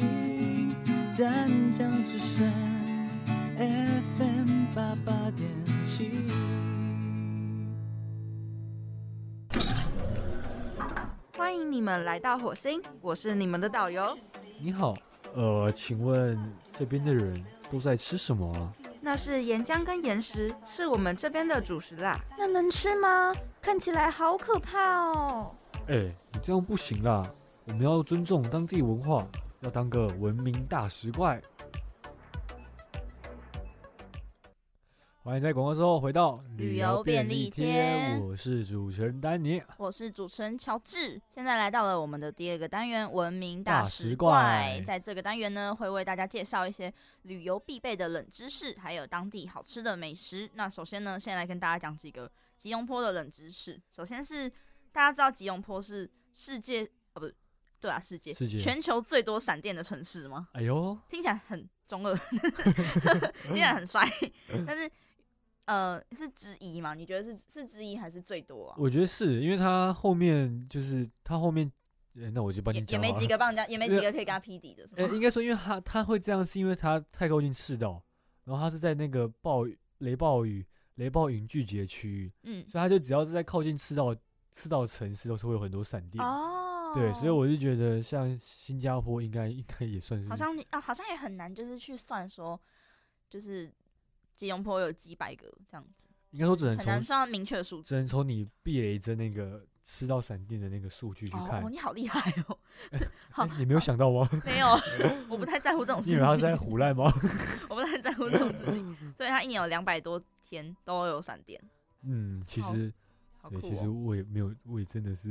G: 音，南疆之声 FM 八八点七。
F: 欢迎你们来到火星，我是你们的导游。
A: 你好，呃，请问这边的人都在吃什么啊？
F: 那是岩浆跟岩石，是我们这边的主食啦。
B: 那能吃吗？看起来好可怕哦！
A: 哎、你这样不行啦！我们要尊重当地文化，要当个文明大食怪。欢迎在广告之后回到
C: 旅游便利贴
A: 我是主持人丹尼。
C: 我是主持人乔治，现在来到了我们的第二个单元——文明大
A: 大
C: 石
A: 石
C: 怪。
A: 怪
C: 在这个单元呢，会为大家介绍一些旅游必备的冷知识，还有当地好吃的美食。那首先呢，先来跟大家讲几个吉隆坡的冷知识。首先是大家知道吉隆坡是世界呃，不是对啊，世界
A: 世界
C: 全球最多闪电的城市吗？
A: 哎呦，
C: 听起来很中二，听起来很帅，但是。呃是之一吗？你觉得是是之一还是最多啊？
A: 我觉得是因为他后面就是他后面，呃那我就帮
C: 也
A: 你
C: 也
A: 讲
C: 没
A: 好
C: 几
A: 了
C: 个帮人家，也没
A: 没
C: 几
A: 有
C: 个可以跟他匹敌的，是
A: 呃，
C: 吗？
A: 应该说，因为他他会这样，是因为他太靠近赤道，然后他是在那个暴雨、雷暴雨、雷暴云聚集的区域，
C: 嗯，
A: 所以他就只要是在靠近赤道、赤道城市，都是会有很多闪电。
C: 哦
A: 对，所以我就觉得像新加坡应该应该也算是
C: 好像你啊，好像也很难，就是去算说，就是吉隆坡有几百个这样子，
A: 应该说只能
C: 很难
A: 从
C: 算到明确的数字。
A: 只能从你避雷针那个吃到闪电的那个数据去
C: 哦
A: 看。
C: 哦，你好厉害哦！ 好
A: 哎你没有想到吗？
C: 没有，我不太在乎这种事
A: 你以
C: 情。
A: 为他是在胡乱吗？
C: 我不太在乎这种事情，所以他一年有两百多天都有闪电，
A: 嗯，其
C: 好
A: 实
C: 好酷
A: 对，其实
C: 哦，
A: 我也没有，我也真的是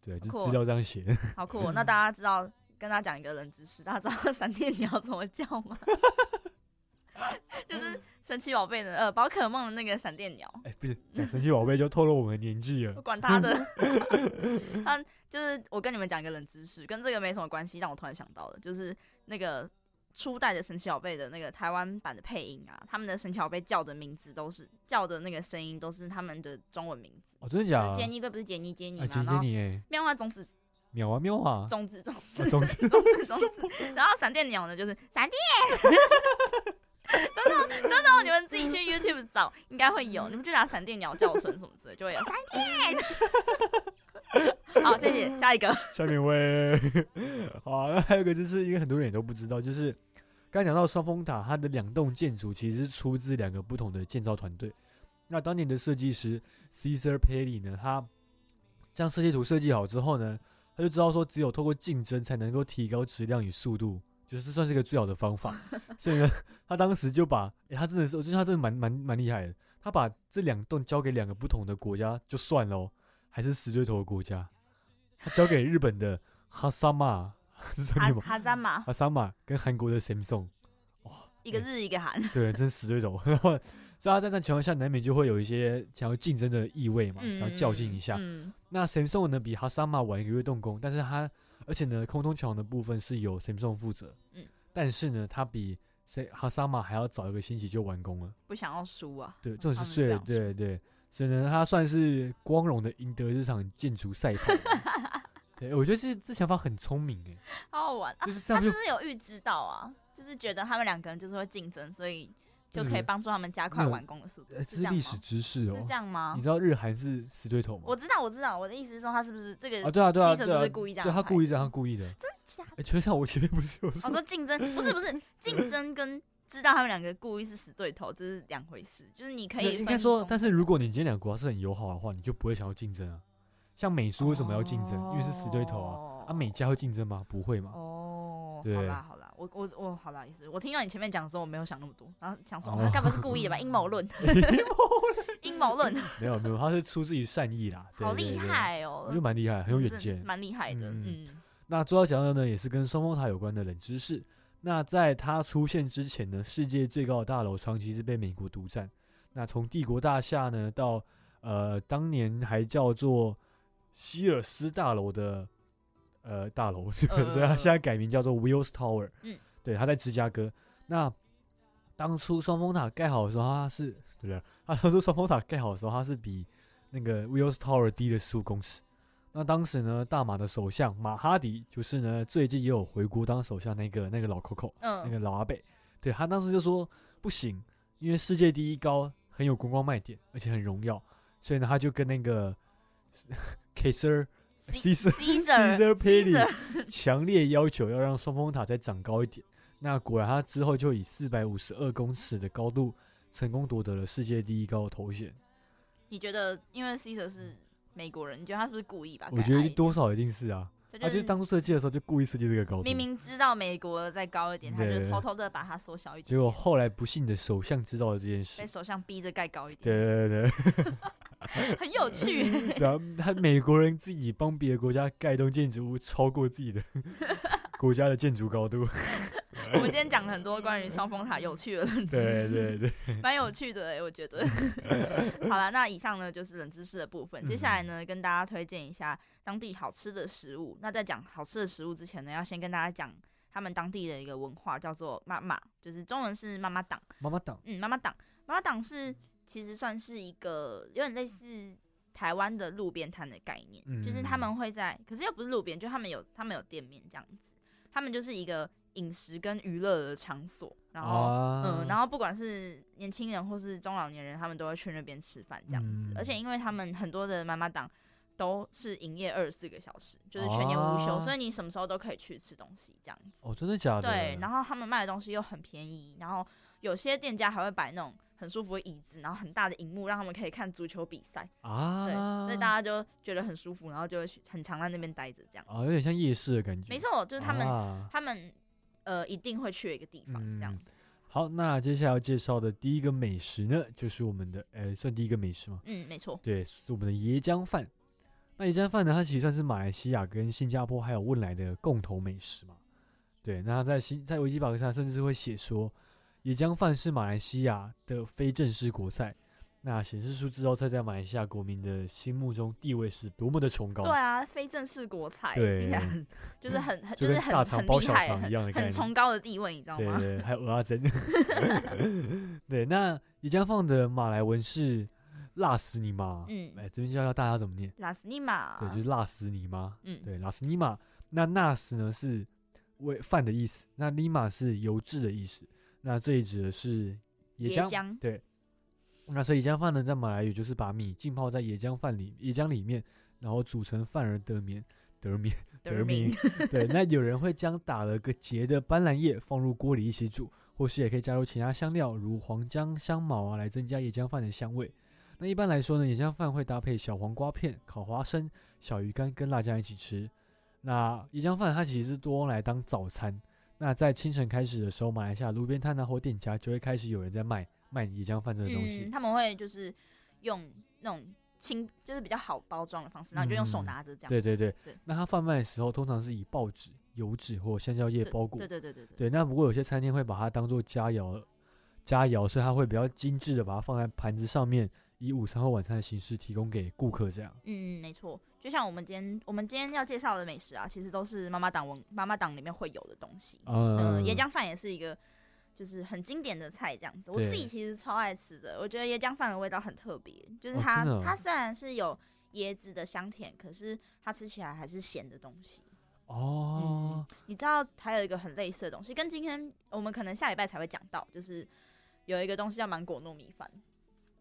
A: 对，就
C: 酷
A: 资
C: 哦
A: 料这样写 的。
C: 好酷哦！那大家知道，跟大家讲一个冷知识，大家知道闪电你要怎么叫吗？ 就是神奇宝贝的呃宝可梦的那个闪电鸟，
A: 哎、不是讲神奇宝 贝就透露我们的年纪
C: 我
A: 了。
C: 管他的。他就是我跟你们讲一个冷知识，跟这个没什么关系，但我突然想到了，就是那个初代的神奇宝贝的那个台湾版的配音啊，他们的神奇宝贝叫的名字都是叫的那个声音都是他们的中文名字，
A: 哦，真的
C: 就
A: 假
C: 是
A: 的？
C: 杰尼龟不是杰尼杰尼
A: 啊，
C: 嘛，
A: 姐
C: 然
A: 姐
C: 后
A: 你哎，
C: 妙蛙种子
A: 秒啊喵啊！
C: 种子种子
A: 啊总 之
C: 种子种子，然后闪电鸟呢就是闪电。真的真的哦，你们自己去 YouTube 找，应该会有。你们就打闪电鸟叫声什么之类，就会有闪电。好，谢谢，下一个。
A: 下面一位， 好，那还有一个就是因为很多人也都不知道，就是刚才讲到双峰塔，它的两栋建筑其实是出自两个不同的建造团队。那当年的设计师 Caesar Pelli 呢，他将设计图设计好之后呢，他就知道说只有透过竞争才能够提高质量与速度，就是这算是一个最好的方法。所以呢，他当时就把，诶他真的是，我觉得他真的蛮蛮蛮厉害的，他把这两栋交给两个不同的国家就算了、哦，还是死对头的国家，他交给日本的哈萨玛，是这个
C: 哈
A: 念吗？
C: 哈赞嘛，
A: 哈萨玛跟韩国的 Samsung，
C: 一
A: 哎
C: 个日一个韩，
A: 对，真死对头。 然后，所以他在这样情况下，难免就会有一些想要竞争的意味嘛，想要较劲一下。
C: 嗯，
A: 那 Samsung 呢，比哈萨玛晚一个月动工，但是它而且呢，空中桥的部分是由 Samsung 负责，
C: 嗯
A: 但是呢，它比 Sa- 哈萨玛还要早一个星期就完工了。
C: 不想要输啊。
A: 对，这种
C: 他
A: 是睡
C: 们这
A: 了，
C: 样
A: 对对，所以呢，他算是光荣的赢得这场建筑赛跑了。 对，我觉得这这想法很聪明哎，
C: 好好玩啊！
A: 就是这
C: 他
A: 样
C: 是
A: 就
C: 不是有预知到啊？就是觉得他们两个人就是会竞争，所以就可以帮助他们加快
A: 那
C: 完工的速度
A: 呃，。这
C: 是这
A: 是
C: 样
A: 历
C: 吗？
A: 史知识哦
C: 是这。样吗
A: 你？知道日韩是死对头吗？
C: 我知道，我知道，我的意思是说，他是不是这个
A: 啊，对啊，对啊，
C: 记者
A: 对
C: 是
A: 啊，
C: 不是故意这样
A: 对他
C: 拍
A: 故意这样，他故意的。真
C: 假的哦
A: 哎，就像我前面不是有
C: 我
A: 说，
C: 说竞争不是不是竞争跟知道他们两个故意是死对头，这是两回事。就是你可
A: 那
C: 以
A: 应该
C: 分
A: 说
C: 工，
A: 但是如果你今天两个国家是很友好的话，你就不会想要竞争啊。像美苏为什么要竞争？因为是死对头啊。
C: 哦
A: 啊，美加会竞争吗？不会嘛。
C: 哦，好
A: 对
C: 啦好啦，我我我好啦也是，我听到你前面讲的时候，我没有想那么多，然后想说
A: 哦
C: 哦他该不是故 意的吧？阴谋论，阴谋 论，
A: 没有没有，他是出自于善意啦。对
C: 好厉，害
A: 对对
C: 哦
A: 我觉，得蛮厉害，很有远
C: 真的
A: 见。
C: 蛮厉害的，
A: 嗯
C: 嗯，
A: 那最后讲到呢，也是跟双峰塔有关的冷知识。那在它出现之前呢，世界最高的大楼长期是被美国独占。那从帝国大厦呢，到呃当年还叫做希尔斯大楼的呃大楼， 对，它现在改名叫做 Wills Tower。
C: 嗯，
A: 对，它在芝加哥。那当初双峰塔盖好的时候，它是对不对？它当初双峰塔盖好的时候，它是比那个 Wills Tower 低了十五公尺。那当时呢，大马的首相马哈迪，就是呢最近也有回国当首相那个那个老 Coco，、那个
C: 嗯，
A: 老阿贝，对他当时就说不行，因为世界第一高很有观光卖点，而且很荣耀，所以呢他就跟那个 Kaiser
C: C-
A: Caesar
C: Caesar
A: Pelli 强烈要求要让双峰塔再长高一点。那果然他之后就以四百五十二公尺的高度成功夺得了世界第一高的头衔。
C: 你觉得因为 Caesar 是美国人，你觉得他是不是故意吧？
A: 我觉得多少一定是啊，
C: 他
A: 他就是当初设计的时候就故意设计这个高度。
C: 明明知道美国再高一点，他就
A: 对
C: 偷偷的把它缩小一
A: 结
C: 点，
A: 果后来不幸的首相知道了这件事
C: 被，首相逼着盖高一点，
A: 对对对
C: 很有趣。
A: 对，然后他美国人自己帮别的国家盖一栋建筑物，超过自己的 国家的建筑高 度，
C: 我们今天讲了很多关于双峰塔 有趣的冷知
A: 对
C: 识，
A: 对对，
C: 蛮有趣的、欸，我觉得。 好了，那以上呢就是冷知识的部分。接下来呢，跟大家推荐一下当地好吃的食物。那在讲好吃的食物之前呢，要先跟大家讲他们当地的一个文化，叫做妈妈，就是中文是妈妈档。
A: 妈妈党
C: 嗯，妈妈档，妈妈档是其实算是一个有点类似台湾的路边摊的概念，
A: 嗯
C: 就是他们会在，可是又不是路边，就他们有他们有店面这样子，他们就是一个饮食跟娱乐的场所，然后、
A: 啊
C: 嗯，然后不管是年轻人或是中老年人，他们都会去那边吃饭这样子。
A: 嗯
C: 而且因为他们很多的妈妈档都是营业二十四个小时，就是全年无休，
A: 啊
C: 所以你什么时候都可以去吃东西这样子。
A: 哦，真的假的？
C: 对，然
A: 后
C: 后他们卖的东西又很便宜，然后有些店家还会摆那种很舒服的椅子，然后很大的荧幕，让他们可以看足球比赛。
A: 啊，
C: 对，所以大家就觉得很舒服，然后就会去很常在那边待着这样。
A: 啊，有点像夜市的感觉。
C: 没，错，就是他们、
A: 啊、
C: 他们呃一定会去的一个地方这样
A: 嗯。好，那接下来要介绍的第一个美食呢，就是我们的，呃，算第一个美食吗？
C: 嗯，没错。
A: 对，是我们的椰浆饭。那椰浆饭呢，它其实算是马来西亚跟新加坡还有汶莱的共同美食嘛。对，那它在新在维基百科上甚至会写说，椰浆饭是马来西亚的非正式国菜。那显示出这道菜在马来西亚国民的心目中地位是多么的崇高。
C: 对啊，非正式国菜，
A: 对
C: 听起来很就是 很很
A: 就
C: 就是
A: 跟
C: 很
A: 大肠
C: 很
A: 包
C: 厉
A: 小
C: 害，
A: 肠一样的
C: 很
A: 概念
C: 很崇高的地位，你知道
A: 对
C: 吗？
A: 对，还有鹅阿珍。 对，那椰浆饭的马来文是辣死你妈。
C: 嗯
A: 哎，这边教教大家怎么念。
C: 拉斯尼玛，
A: 对，就是辣死你妈。
C: 嗯，
A: 对，拉斯尼玛。那纳斯呢是为饭的意思，那尼玛是油脂的意思。那这里指的是椰
C: 椰
A: 浆。
C: 浆
A: 对。那所以椰浆饭呢，在马来语就是把米浸泡在椰浆饭里，椰浆里面，然后煮成饭而得面，得面。
C: 德明，
A: 对，那有人会将打了个结的斑斓叶放入锅里一起煮，或是也可以加入其他香料，如黄姜、香茅啊，来增加椰浆饭的香味。那一般来说呢，椰浆饭会搭配小黄瓜片、烤花生、小鱼干跟辣酱一起吃。那椰浆饭它其实是多用来当早餐。那在清晨开始的时候，马来西亚路边摊啊或店家就会开始有人在卖卖椰浆饭这个东西。
C: 嗯，他们会就是用那种轻，就是比较好包装的方式，然后你就用手
A: 嗯
C: 拿着这样子，
A: 对对对
C: 对，
A: 那它贩卖的时候通常是以报纸、油纸或香蕉叶
C: 对
A: 包裹
C: 对对对对对，
A: 对，那不过有些餐厅会把它当做佳肴，佳肴，所以它会比较精致的把它放在盘子上面，以午餐或晚餐的形式提供给顾客这样。
C: 嗯，没错，就像我们今天我们今天要介绍的美食啊，其实都是妈妈档文妈妈档里面会有的东西，
A: 嗯
C: 嗯，椰浆饭也是一个就是很经典的菜，这样子。我
A: 对
C: 自己其实超爱吃的，我觉得椰浆饭的味道很特别，就是
A: 哦
C: 它、
A: 真的哦
C: 它虽然是有椰子的香甜，可是它吃起来还是咸的东西。
A: 哦，
C: 你知道还有一个很类似的东西，跟今天我们可能下礼拜才会讲到，就是有一个东西叫芒果糯米饭，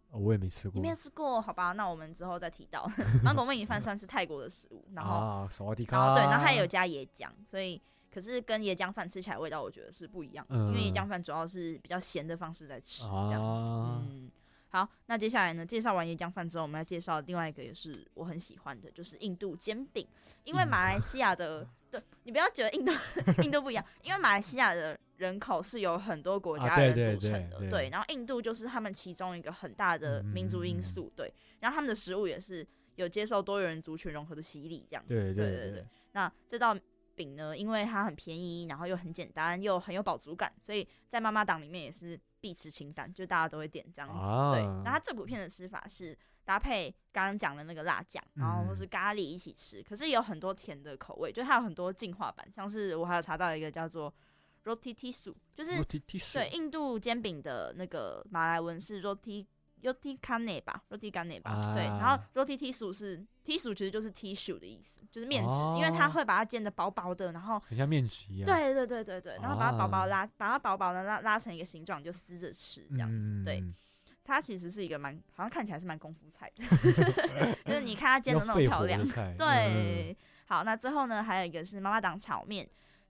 A: 哦我也没吃
C: 你
A: 过
C: 没有吃过？好吧，那我们之后再提到。 芒果糯米饭算是泰国的食物，然后、
A: 啊，萨瓦迪
C: 然
A: 卡，
C: 后对，然后它
A: 哦
C: 也有加椰浆，所以可是跟椰浆饭吃起来味道我觉得是不一样的，因为
A: 嗯
C: 椰浆饭主要是比较咸的方式在吃这样子。
A: 啊，
C: 嗯，好，那接下来呢，介绍完椰浆饭之后，我们要介绍另外一个也是我很喜欢的，就是印度煎饼，因为
A: 印
C: 马来西亚
A: 嗯
C: 的，对你不要觉得印度 印度不一样，因为马来西亚的。人口是由很多国
A: 啊
C: 家
A: 对
C: 人
A: 对
C: 组成
A: 对
C: 的，
A: 对
C: 然后印度就是他们其中一个很大的民族
A: 嗯嗯嗯
C: 因
A: 嗯
C: 素，对，然后他们的食物也是有接受多元族群融合的洗礼，这样子，
A: 对
C: 对
A: 对
C: 对，那这道饼呢，因为它很便宜，然后又很简单，又很有饱足感，所以在妈妈档里面也是必吃清单，就大家都会点这样子。
A: 啊，
C: 对，那它最普遍的吃法是搭配刚刚讲的那个辣酱，然后或是咖喱一起吃。可是也有很多甜的口味，就它有很多进化版，像是我还有查到一个叫做 roti tisu，就是
A: 是
C: 对，印度煎饼的那个马来文是 roti roti kane 吧，roti kane 吧，对，然后
A: 啊
C: roti tisu 是 tisu 其实就是 tissue 的意思，就是面纸，因为
A: 哦
C: 它会把它煎的薄薄的，然后
A: 很像面纸一样，
C: 对对对对对，然后把它薄
A: 啊
C: 薄拉，把它薄薄的拉拉成一个形状，你就撕着吃这
A: 嗯，
C: 样子，对，
A: 嗯
C: 它其实是一个蛮好像看起来是蛮功夫 菜的，就是你看它煎
A: 要
C: 的那
A: 肺
C: 种漂
A: 活
C: 亮
A: 的，菜，嗯，
C: 对，好，那最后呢，还有一个是妈妈档炒面，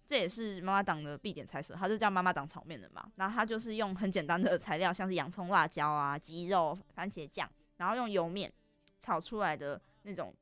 C: 这也是妈妈档的必点菜色，它就叫妈妈档炒面的嘛。然后它就是用很简单的材料，像是洋葱、辣椒啊、鸡肉、番茄酱，然后用油面炒出来的那种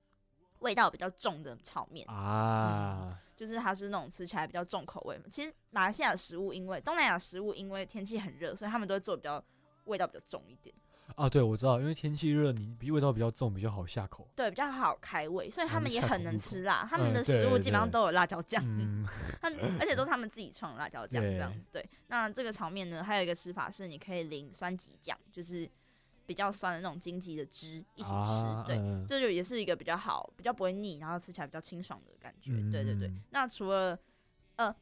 C: 味道比较重的炒面，
A: 嗯啊，
C: 就是它是那种吃起来比较重口味嘛。其实马来西亚的食物因为东南亚食物因为天气很热，所以他们都会做比较味道比较重一点。
A: 啊，对，我知道，因为天气热，你比味道比较重，比较好下 口。
C: 对，比较好开胃，所以
A: 他
C: 他
A: 们
C: 们也
A: 下
C: 很
A: 口
C: 能
A: 入
C: 吃
A: 口
C: 辣。他们
A: 嗯
C: 的食物
A: 对
C: 基本上
A: 对
C: 都有辣椒酱，
A: 嗯，
C: 他们而且都是他们自己创的辣椒酱
A: 对
C: 这样子。对，那这个炒面呢，还有一个吃法是你可以淋酸棘酱，就是比较酸的那种荆棘的汁一起吃。
A: 啊
C: 对，
A: 嗯
C: 这就也是一个比较好、比较不会腻，然后吃起来比较清爽的感觉。
A: 嗯
C: 对对对。那除了呃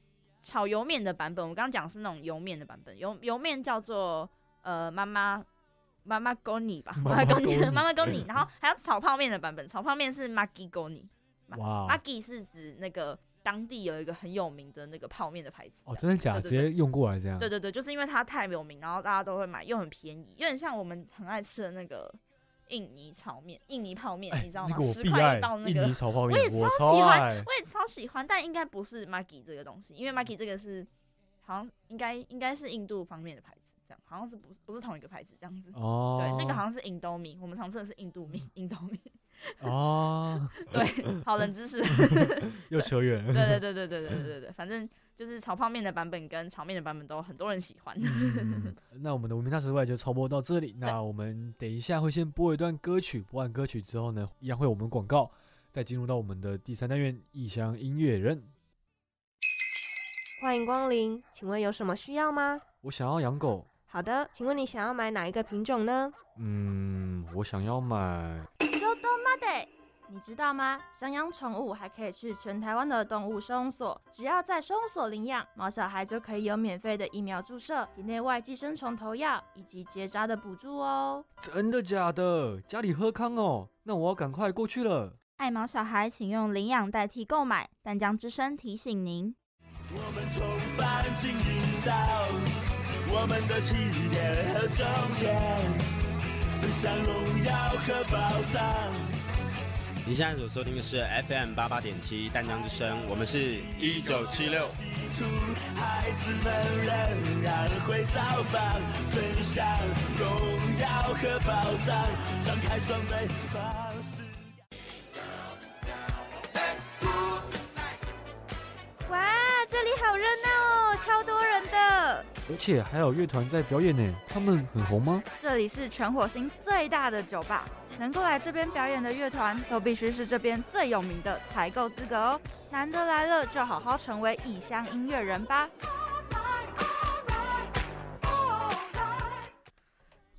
C: 炒油面的版本，我刚刚讲是那种油面的版本，油油面叫做呃妈妈妈妈勾你吧，
A: 妈
C: 妈
A: 妈
C: 妈勾
A: 勾
C: 你，
A: 你
C: 妈妈勾 你，然后还有炒泡面的版本，炒泡面是 Maggi 勾你
A: 哇哦
C: ，Maggi 是指那个当地有一个很有名的那个泡面的牌子，
A: 哦，真的假的？
C: 对
A: 直
C: 对对
A: 接用过来这样？
C: 对对对，就是因为它太有名，然后大家都会买，又很便宜，有点像我们很爱吃的那个印尼炒面、印尼泡面，你知道
A: 哎那
C: 吗？
A: 个我
C: 十
A: 必
C: 块
A: 爱
C: 一道那
A: 印尼
C: 个，
A: 炒泡
C: 我也
A: 面，我
C: 超喜欢
A: 爱。
C: 我也超喜欢，但应该不是 Maggi 这个东西，因为 Maggi 这个是好像应该应该是印度方面的牌子，这样好像是不不是同一个牌子这样子。
A: 哦，
C: 对，那个好像是印度米，我们常吃的是印 度米，印度米。
A: 哦，
C: 对，好冷知识。
A: 又扯远了。
C: 对对 对对对对对对，反正就是炒泡面的版本跟炒面的版本都很多人喜欢。
A: 嗯，那我们的文明大实外就超播到这里。那我们等一下会先播一段歌曲，播完歌曲之后呢，一样会有我们广告，再进入到我们的第三单元异乡音乐人。
H: 欢迎光临，请问有什么需要吗？
A: 我想要养狗，
H: 好的，请问你想要买哪一个品种呢？
A: 嗯，我想要买，
I: 周东妈得，你知道吗？想养宠物还可以去全台湾的动物收容所，只要在收容所领养毛小孩，就可以有免费的疫苗注射、体内外寄生虫投药以及结扎的补助哦。
A: 真的假的？家里喝康哦，那我要赶快过去了。
C: 爱毛小孩，请用领养代替购买，但江之声提醒您。
J: 我们重返经营道，我们的起点和终点，分享荣耀和宝藏。
K: 您现在所收听的是 FM 八八点七淡江之声，我们是一九七六。
J: 地图，孩子们仍然会造访，分享荣耀和宝藏，张开双臂，放肆。
B: 哇，这里好热闹哦，超多人的。
A: 而且还有乐团在表演呢，他们很红吗？
F: 这里是全火星最大的酒吧，能够来这边表演的乐团都必须是这边最有名的才够资格哦。难得来了，就好好成为异乡音乐人吧。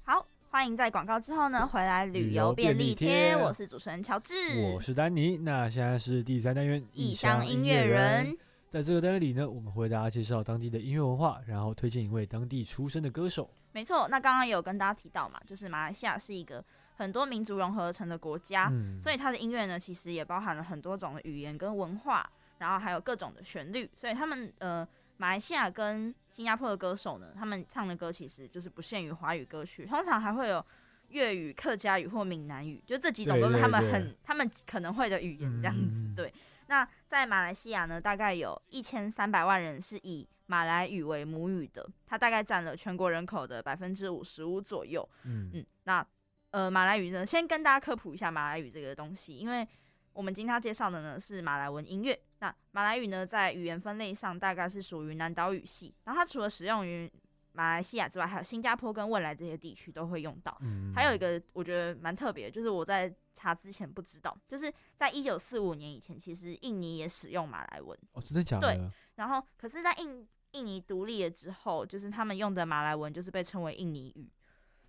C: 好，欢迎在广告之后呢回来旅游便利贴，我是主持人乔治
A: 我，是丹尼，那现在是第三单元
C: 异乡音乐人。。
A: 在这个单元里呢，我们会为大家介绍当地的音乐文化，然后推荐一位当地出生的歌手。
C: 没错，那刚刚有跟大家提到嘛，就是马来西亚是一个很多民族融合成的国家，
A: 嗯
C: 所以它的音乐呢，其实也包含了很多种的语言跟文化，然后还有各种的旋律。所以他们呃，马来西亚跟新加坡的歌手呢，他们唱的歌其实就是不限于华语歌曲，通常还会有粤语、客家语或闽南语，就这几种
A: 对
C: 都是他们
A: 对对
C: 很他们可能会的语言这样子。
A: 嗯嗯嗯
C: 对，那在马来西亚呢，大概有一千三百万人是以马来语为母语的，它大概占了全国人口的百分之五十五左右。
A: 嗯，
C: 嗯，那呃，马来语呢，先跟大家科普一下马来语这个东西，因为我们今天要介绍的呢是马来文音乐。那马来语呢，在语言分类上大概是属于南岛语系，然后它除了使用于马来西亚之外，还有新加坡跟汶莱这些地区都会用到。
A: 嗯
C: 还有一个我觉得蛮特别的，就是我在查之前不知道，就是在一九四五年以前，其实印尼也使用马来文，
A: 哦，真的假的？
C: 对然后可是，在印印尼独立了之后，就是他们用的马来文就是被称为印尼语，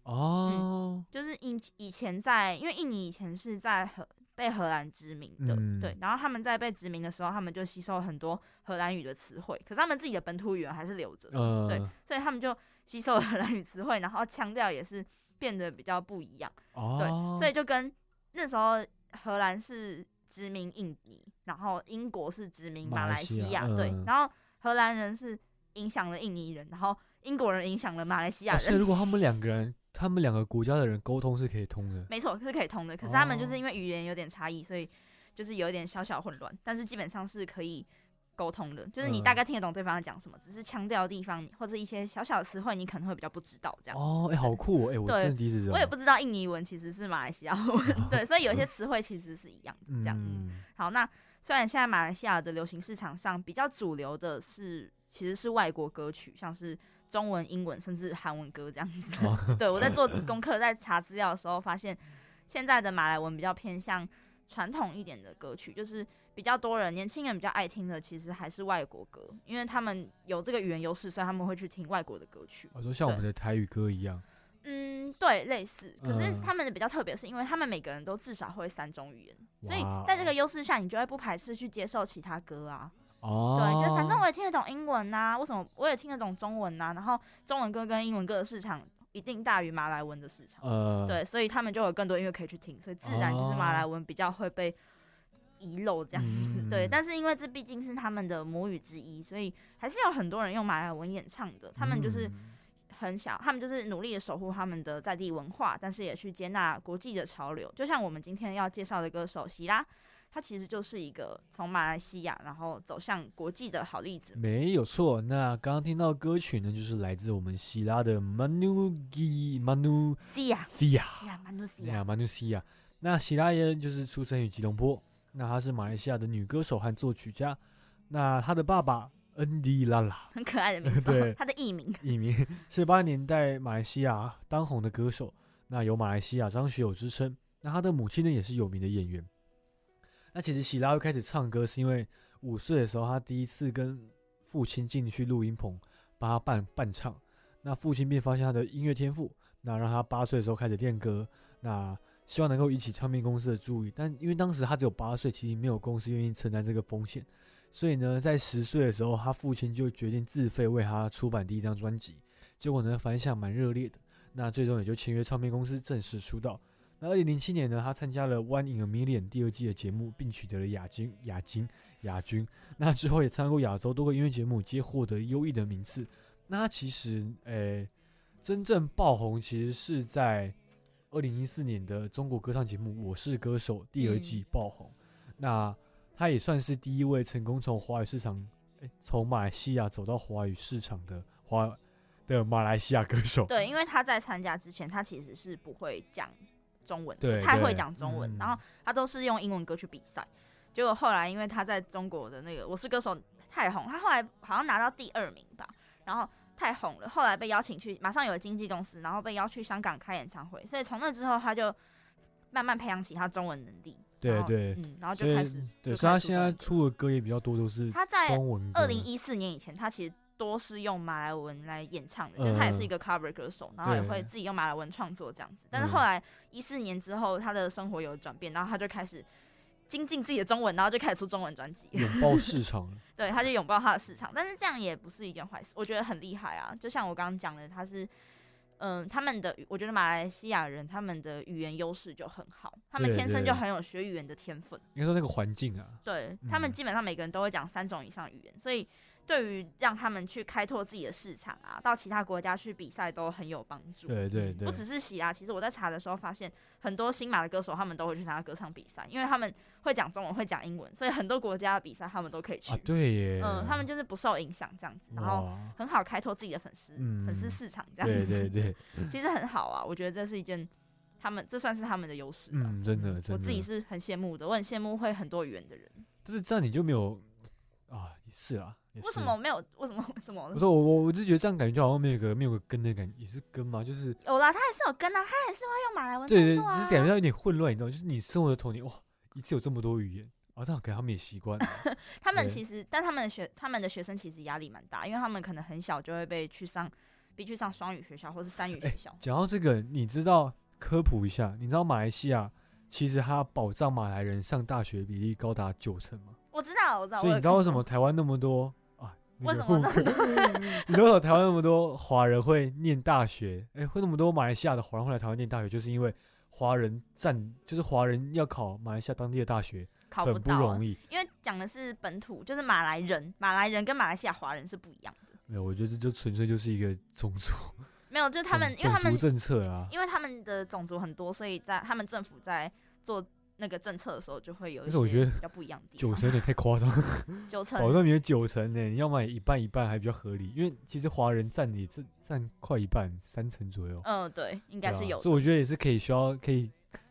A: 哦，
C: 就是以以前在，因为印尼以前是在荷被荷兰殖民的，
A: 嗯
C: 对，然后他们在被殖民的时候，他们就吸收了很多荷兰语的词汇，可是他们自己的本土语言还是留着的，
A: 呃，
C: 嗯对，所以他们就吸收了荷兰语词汇，然后腔调也是变得比较不一样，对，
A: 哦，
C: 所以就跟那时候荷兰是殖民印尼，然后英国是殖民
A: 马
C: 马
A: 来
C: 来
A: 西
C: 西
A: 亚
C: 亚，对
A: 嗯，
C: 然后荷兰人是影响了印尼人，然后英国人影响了马来西亚
A: 哦所以
C: 人。
A: 如果他们两个人，他们两个国家的人沟通是可以通的。
C: 没错，是可以通的。可是他们就是
A: 哦
C: 因为语言有点差异，所以就是有一点小小混乱，但是基本上是可以沟通的，就是你大
A: 嗯
C: 概听得懂对方在讲什么，只是腔调的地方或者一些小小的词汇，你可能会比较不知道这样。
A: 哦，哎，好酷哦！哎，我
C: 对
A: 真的第一次知道。
C: 我也不知道印尼文其实是马来西亚文， 对，所以有一些词汇其实是一样的这样。
A: 嗯
C: 好，那虽然现在马来西亚的流行市场上比较主流的是其实是外国歌曲，像是中文、英文甚至韩文歌这样子。对我在做功课、在查资料的时候，发现现在的马来文比较偏向传统一点的歌曲，就是比较多人年轻人比较爱听的，其实还是外国歌，因为他们有这个语言优势，所以他们会去听外国的歌曲。
A: 我说像我们的台语歌一样。
C: 嗯，对，类似。可是
A: 嗯
C: 他们的比较特别，是因为他们每个人都至少会三种语言，所以
A: 哇哦
C: 在这个优势下，你就会不排斥去接受其他歌啊。
A: 哦，
C: 对，啊就反正我也听得懂英文呐、为什么我也听得懂中文呐、然后中文歌跟英文歌的市场一定大于马来文的市场。
A: 呃
C: 对，所以他们就有更多音乐可以去听，所以自然就是马来文比较会被遗漏这样子。
A: 哦嗯
C: 对，但是因为这毕竟是他们的母语之一，所以还是有很多人用马来文演唱的。他们就是
A: 嗯
C: 很想，他们就是努力的守护他们的在地文化，但是也去接纳国际的潮流。就像我们今天要介绍的歌手席拉。他其实就是一个从马来西亚然后走向国际的好例子。
A: 没有错。那刚刚听到歌曲呢，就是来自我们希拉的 Manu Gi Manu
C: Sia
A: Sia
C: 呀，马努西
A: 哎呀
C: 亚，
A: ，Manu Sia。那希拉耶就是出生于吉隆坡，那她是马来西亚的女歌手和作曲家。那她的爸爸恩迪拉拉，
C: 很可爱的名字
A: 对
C: 哦，他的艺名。
A: 艺名，是八年代马来西亚当红的歌手，那有马来西亚张学友之称。那他的母亲呢，也是有名的演员。那其实喜拉会开始唱歌，是因为五岁的时候，他第一次跟父亲进去录音棚帮他伴伴唱。那父亲便发现他的音乐天赋，那让他八岁的时候开始练歌，那希望能够引起唱片公司的注意。但因为当时他只有八岁，其实没有公司愿意承担这个风险，所以呢，在十岁的时候，他父亲就决定自费为他出版第一张专辑。结果呢，反响蛮热烈的。那最终也就签约唱片公司，正式出道。那二零零七年呢，他参加了《One in a Million》第二季的节目，并取得了亚军、亚军、亚军。那之后也参加过亚洲多个音乐节目，皆获得优异的名次。那他其实，诶、真正爆红其实是在二零一四年的中国歌唱节目《我是歌手》第二季爆红。那他也算是第一位成功从华语市场，诶、从马来西亚走到华语市场的华的马来西亚歌手。
C: 对，因为他在参加之前，他其实是不会讲中文的，
A: 对
C: 不太会
A: 对
C: 讲中文，
A: 嗯
C: 然后他都是用英文歌去比赛。结果后来，因为他在中国的那个《我是歌手》太红，他后来好像拿到第二名吧，然后太红了，后来被邀请去，马上有经纪公司，然后被邀去香港开演唱会，所以从那之后他就慢慢培养起他中文能力。然
A: 对
C: 后
A: 对，
C: 嗯，然后
A: 所
C: 就
A: 以
C: 开始
A: 对，
C: 就
A: 所以
C: 开
A: 他
C: 始
A: 现
C: 中
A: 在
C: 文
A: 出的歌也比较多，都是
C: 他在
A: 中文歌。
C: 二零一四年以前，他其实多是用马来文来演唱的，就是他也是一个 cover 歌手，然后也
A: 嗯对嗯
C: 会自己用马来文创作这样子。但是后来一四年之后，他的生活有转变，然后他就开始精进自己的中文，然后就开始出中文专辑。
A: 拥抱市场，
C: 对，他就拥抱他的市场，但是这样也不是一件坏事，我觉得很厉害啊。就像我刚刚讲的，他是，嗯，他们的我觉得马来西亚人他们的语言优势就很好，他们
A: 对
C: 天生
A: 对
C: 就很有学语言的天分。
A: 应该说那个环境 啊，
C: 对他们基本上每个人都会讲三种以上语言，所以对于让他们去开拓自己的市场啊，到其他国家去比赛都很有帮助。嗯
A: 对对对
C: 不只是喜拉，其实我在查的时候发现，很多新马的歌手他们都会去参加歌唱比赛，因为他们会讲中文，会讲英文，所以很多国家的比赛他们都可以去。
A: 啊对耶
C: 嗯，他们就是不受影响这样子，然后
A: 哇
C: 很好开拓自己的粉丝、
A: 嗯
C: 粉丝市场这样
A: 对
C: 子。啊
A: 对 对，
C: 其实很好啊，我觉得这是一件他们这算是他们的优势吧。
A: 嗯，真的真的。
C: 我自己，是很羡慕的，我很羡慕会很多语言的人。
A: 但是这样你就没有啊，也是啦，也是。
C: 为什么没有？为什么？为什么？
A: 我说我我我就觉得这样感觉就好像没有个没有个根的感觉，也是根嘛，就是
C: 有啦，他还是有跟啊，他还是会用马来文
A: 对对，
C: 创
A: 只
C: 作啊。
A: 是感觉到有点混乱，你知道吗，就是你生活的童年哇，一次有这么多语言，啊，但可能他们也习 惯了
C: 他们
A: 对
C: 其实，但他们的学，他们的学生其实压力蛮大，因为他们可能很小就会被去上，被去上双语学校或是三语
A: 哎
C: 学校。
A: 讲到这个，你知道科普一下，你知道马来西亚其实它保障马来人上大学比例高达九成吗？
C: 我知道，我知道。
A: 所以
C: 我有
A: 你知道
C: 看
A: 为什么台湾那么多啊？那
C: 为
A: 个
C: 什么那么
A: 户口 你知道为什么台湾那么多华人会念大学？哎、会那么多马来西亚的华人会来台湾念大学，就是因为华人占，就是华人要考马来西亚当地的大学
C: 考
A: 很
C: 不
A: 不
C: 到啊
A: 容易。
C: 因为讲的是本土，就是马来人，马来人跟马来西亚华人是不一样的。
A: 没有，我觉得这就纯粹就是一个种族，
C: 没有，就是他们，
A: 种
C: 因为他
A: 种
C: 们
A: 族政策啊。
C: 因为他们的种族很多，所以在他们政府在做那个政策的时候，就会有一
A: 但是我觉
C: 些
A: 得
C: 比较不一样的地
A: 九
C: 方。
A: 成有点太夸张了，
C: 九成
A: 保证你的九成呢、你要买一半一半还比较合理，因为其实华人占你占占快一半，三成左右，
C: 嗯，对，应该
A: 对
C: 是
A: 啊
C: 有的
A: 所以我觉得也是可以需要可以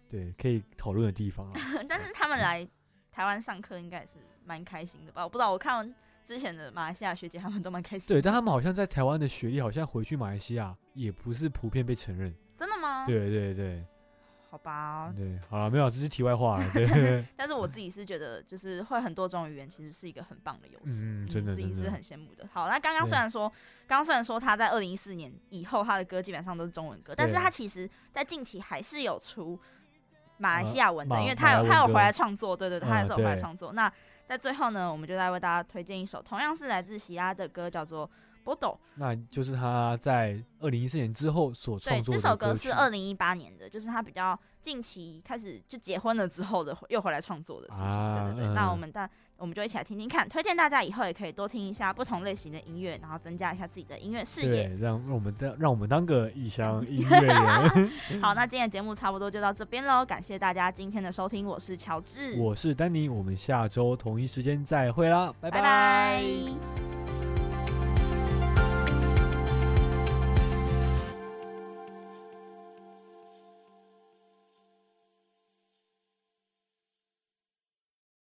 A: 对可以讨论的地方啊。
C: 但是他们来台湾上课应该也是蛮开心的吧？我不知道，我看之前的马来西亚学姐他们都蛮开心的。
A: 对，但他们好像在台湾的学历，好像回去马来西亚也不是普遍被承认。
C: 真的吗？，
A: 对嗯对对
C: 好吧。哦
A: 对，好了，没有，这是题外话 了。对，嗯
C: 但是我啊自己是觉得，就是会很多种语言，其实是一个很棒的优势。
A: 嗯，真的
C: 自己
A: 真
C: 是
A: 的
C: 很，羡慕的。好，那刚刚虽
A: 对
C: 然说，刚刚虽然说他在二零一四年以后，他的歌基本上都是中文歌，但是
A: 对
C: 他其实在近期还是有出马来
A: 呃
C: 西亚文的，
A: 马
C: 因为他有
A: 马来文
C: 他有回
A: 歌
C: 来创作，对对对，他还
A: 嗯
C: 是有回来
A: 对
C: 创作。那在最后呢，我们就再为大家推荐一首同样是来自喜拉的歌，叫做《波斗。
A: 那就是他在二零一四年之后所
C: 对，
A: 创作
C: 这
A: 的
C: 首
A: 歌
C: 歌
A: 曲
C: 是二零一八年的，就是他比较近期开始就结婚了之后的，又回来创作的事情。
A: 啊
C: 对
A: 嗯
C: 对对，那我们大我们就一起来听听看，推荐大家以后也可以多听一下不同类型的音乐，然后增加一下自己的音乐视野。
A: 对，让让我们当让我们当个异乡音乐人。
C: 好，那今天的节目差不多就到这边喽，感谢大家今天的收听，我是乔治，
A: 我是丹尼，我们下周同一时间再会啦，拜
C: 拜拜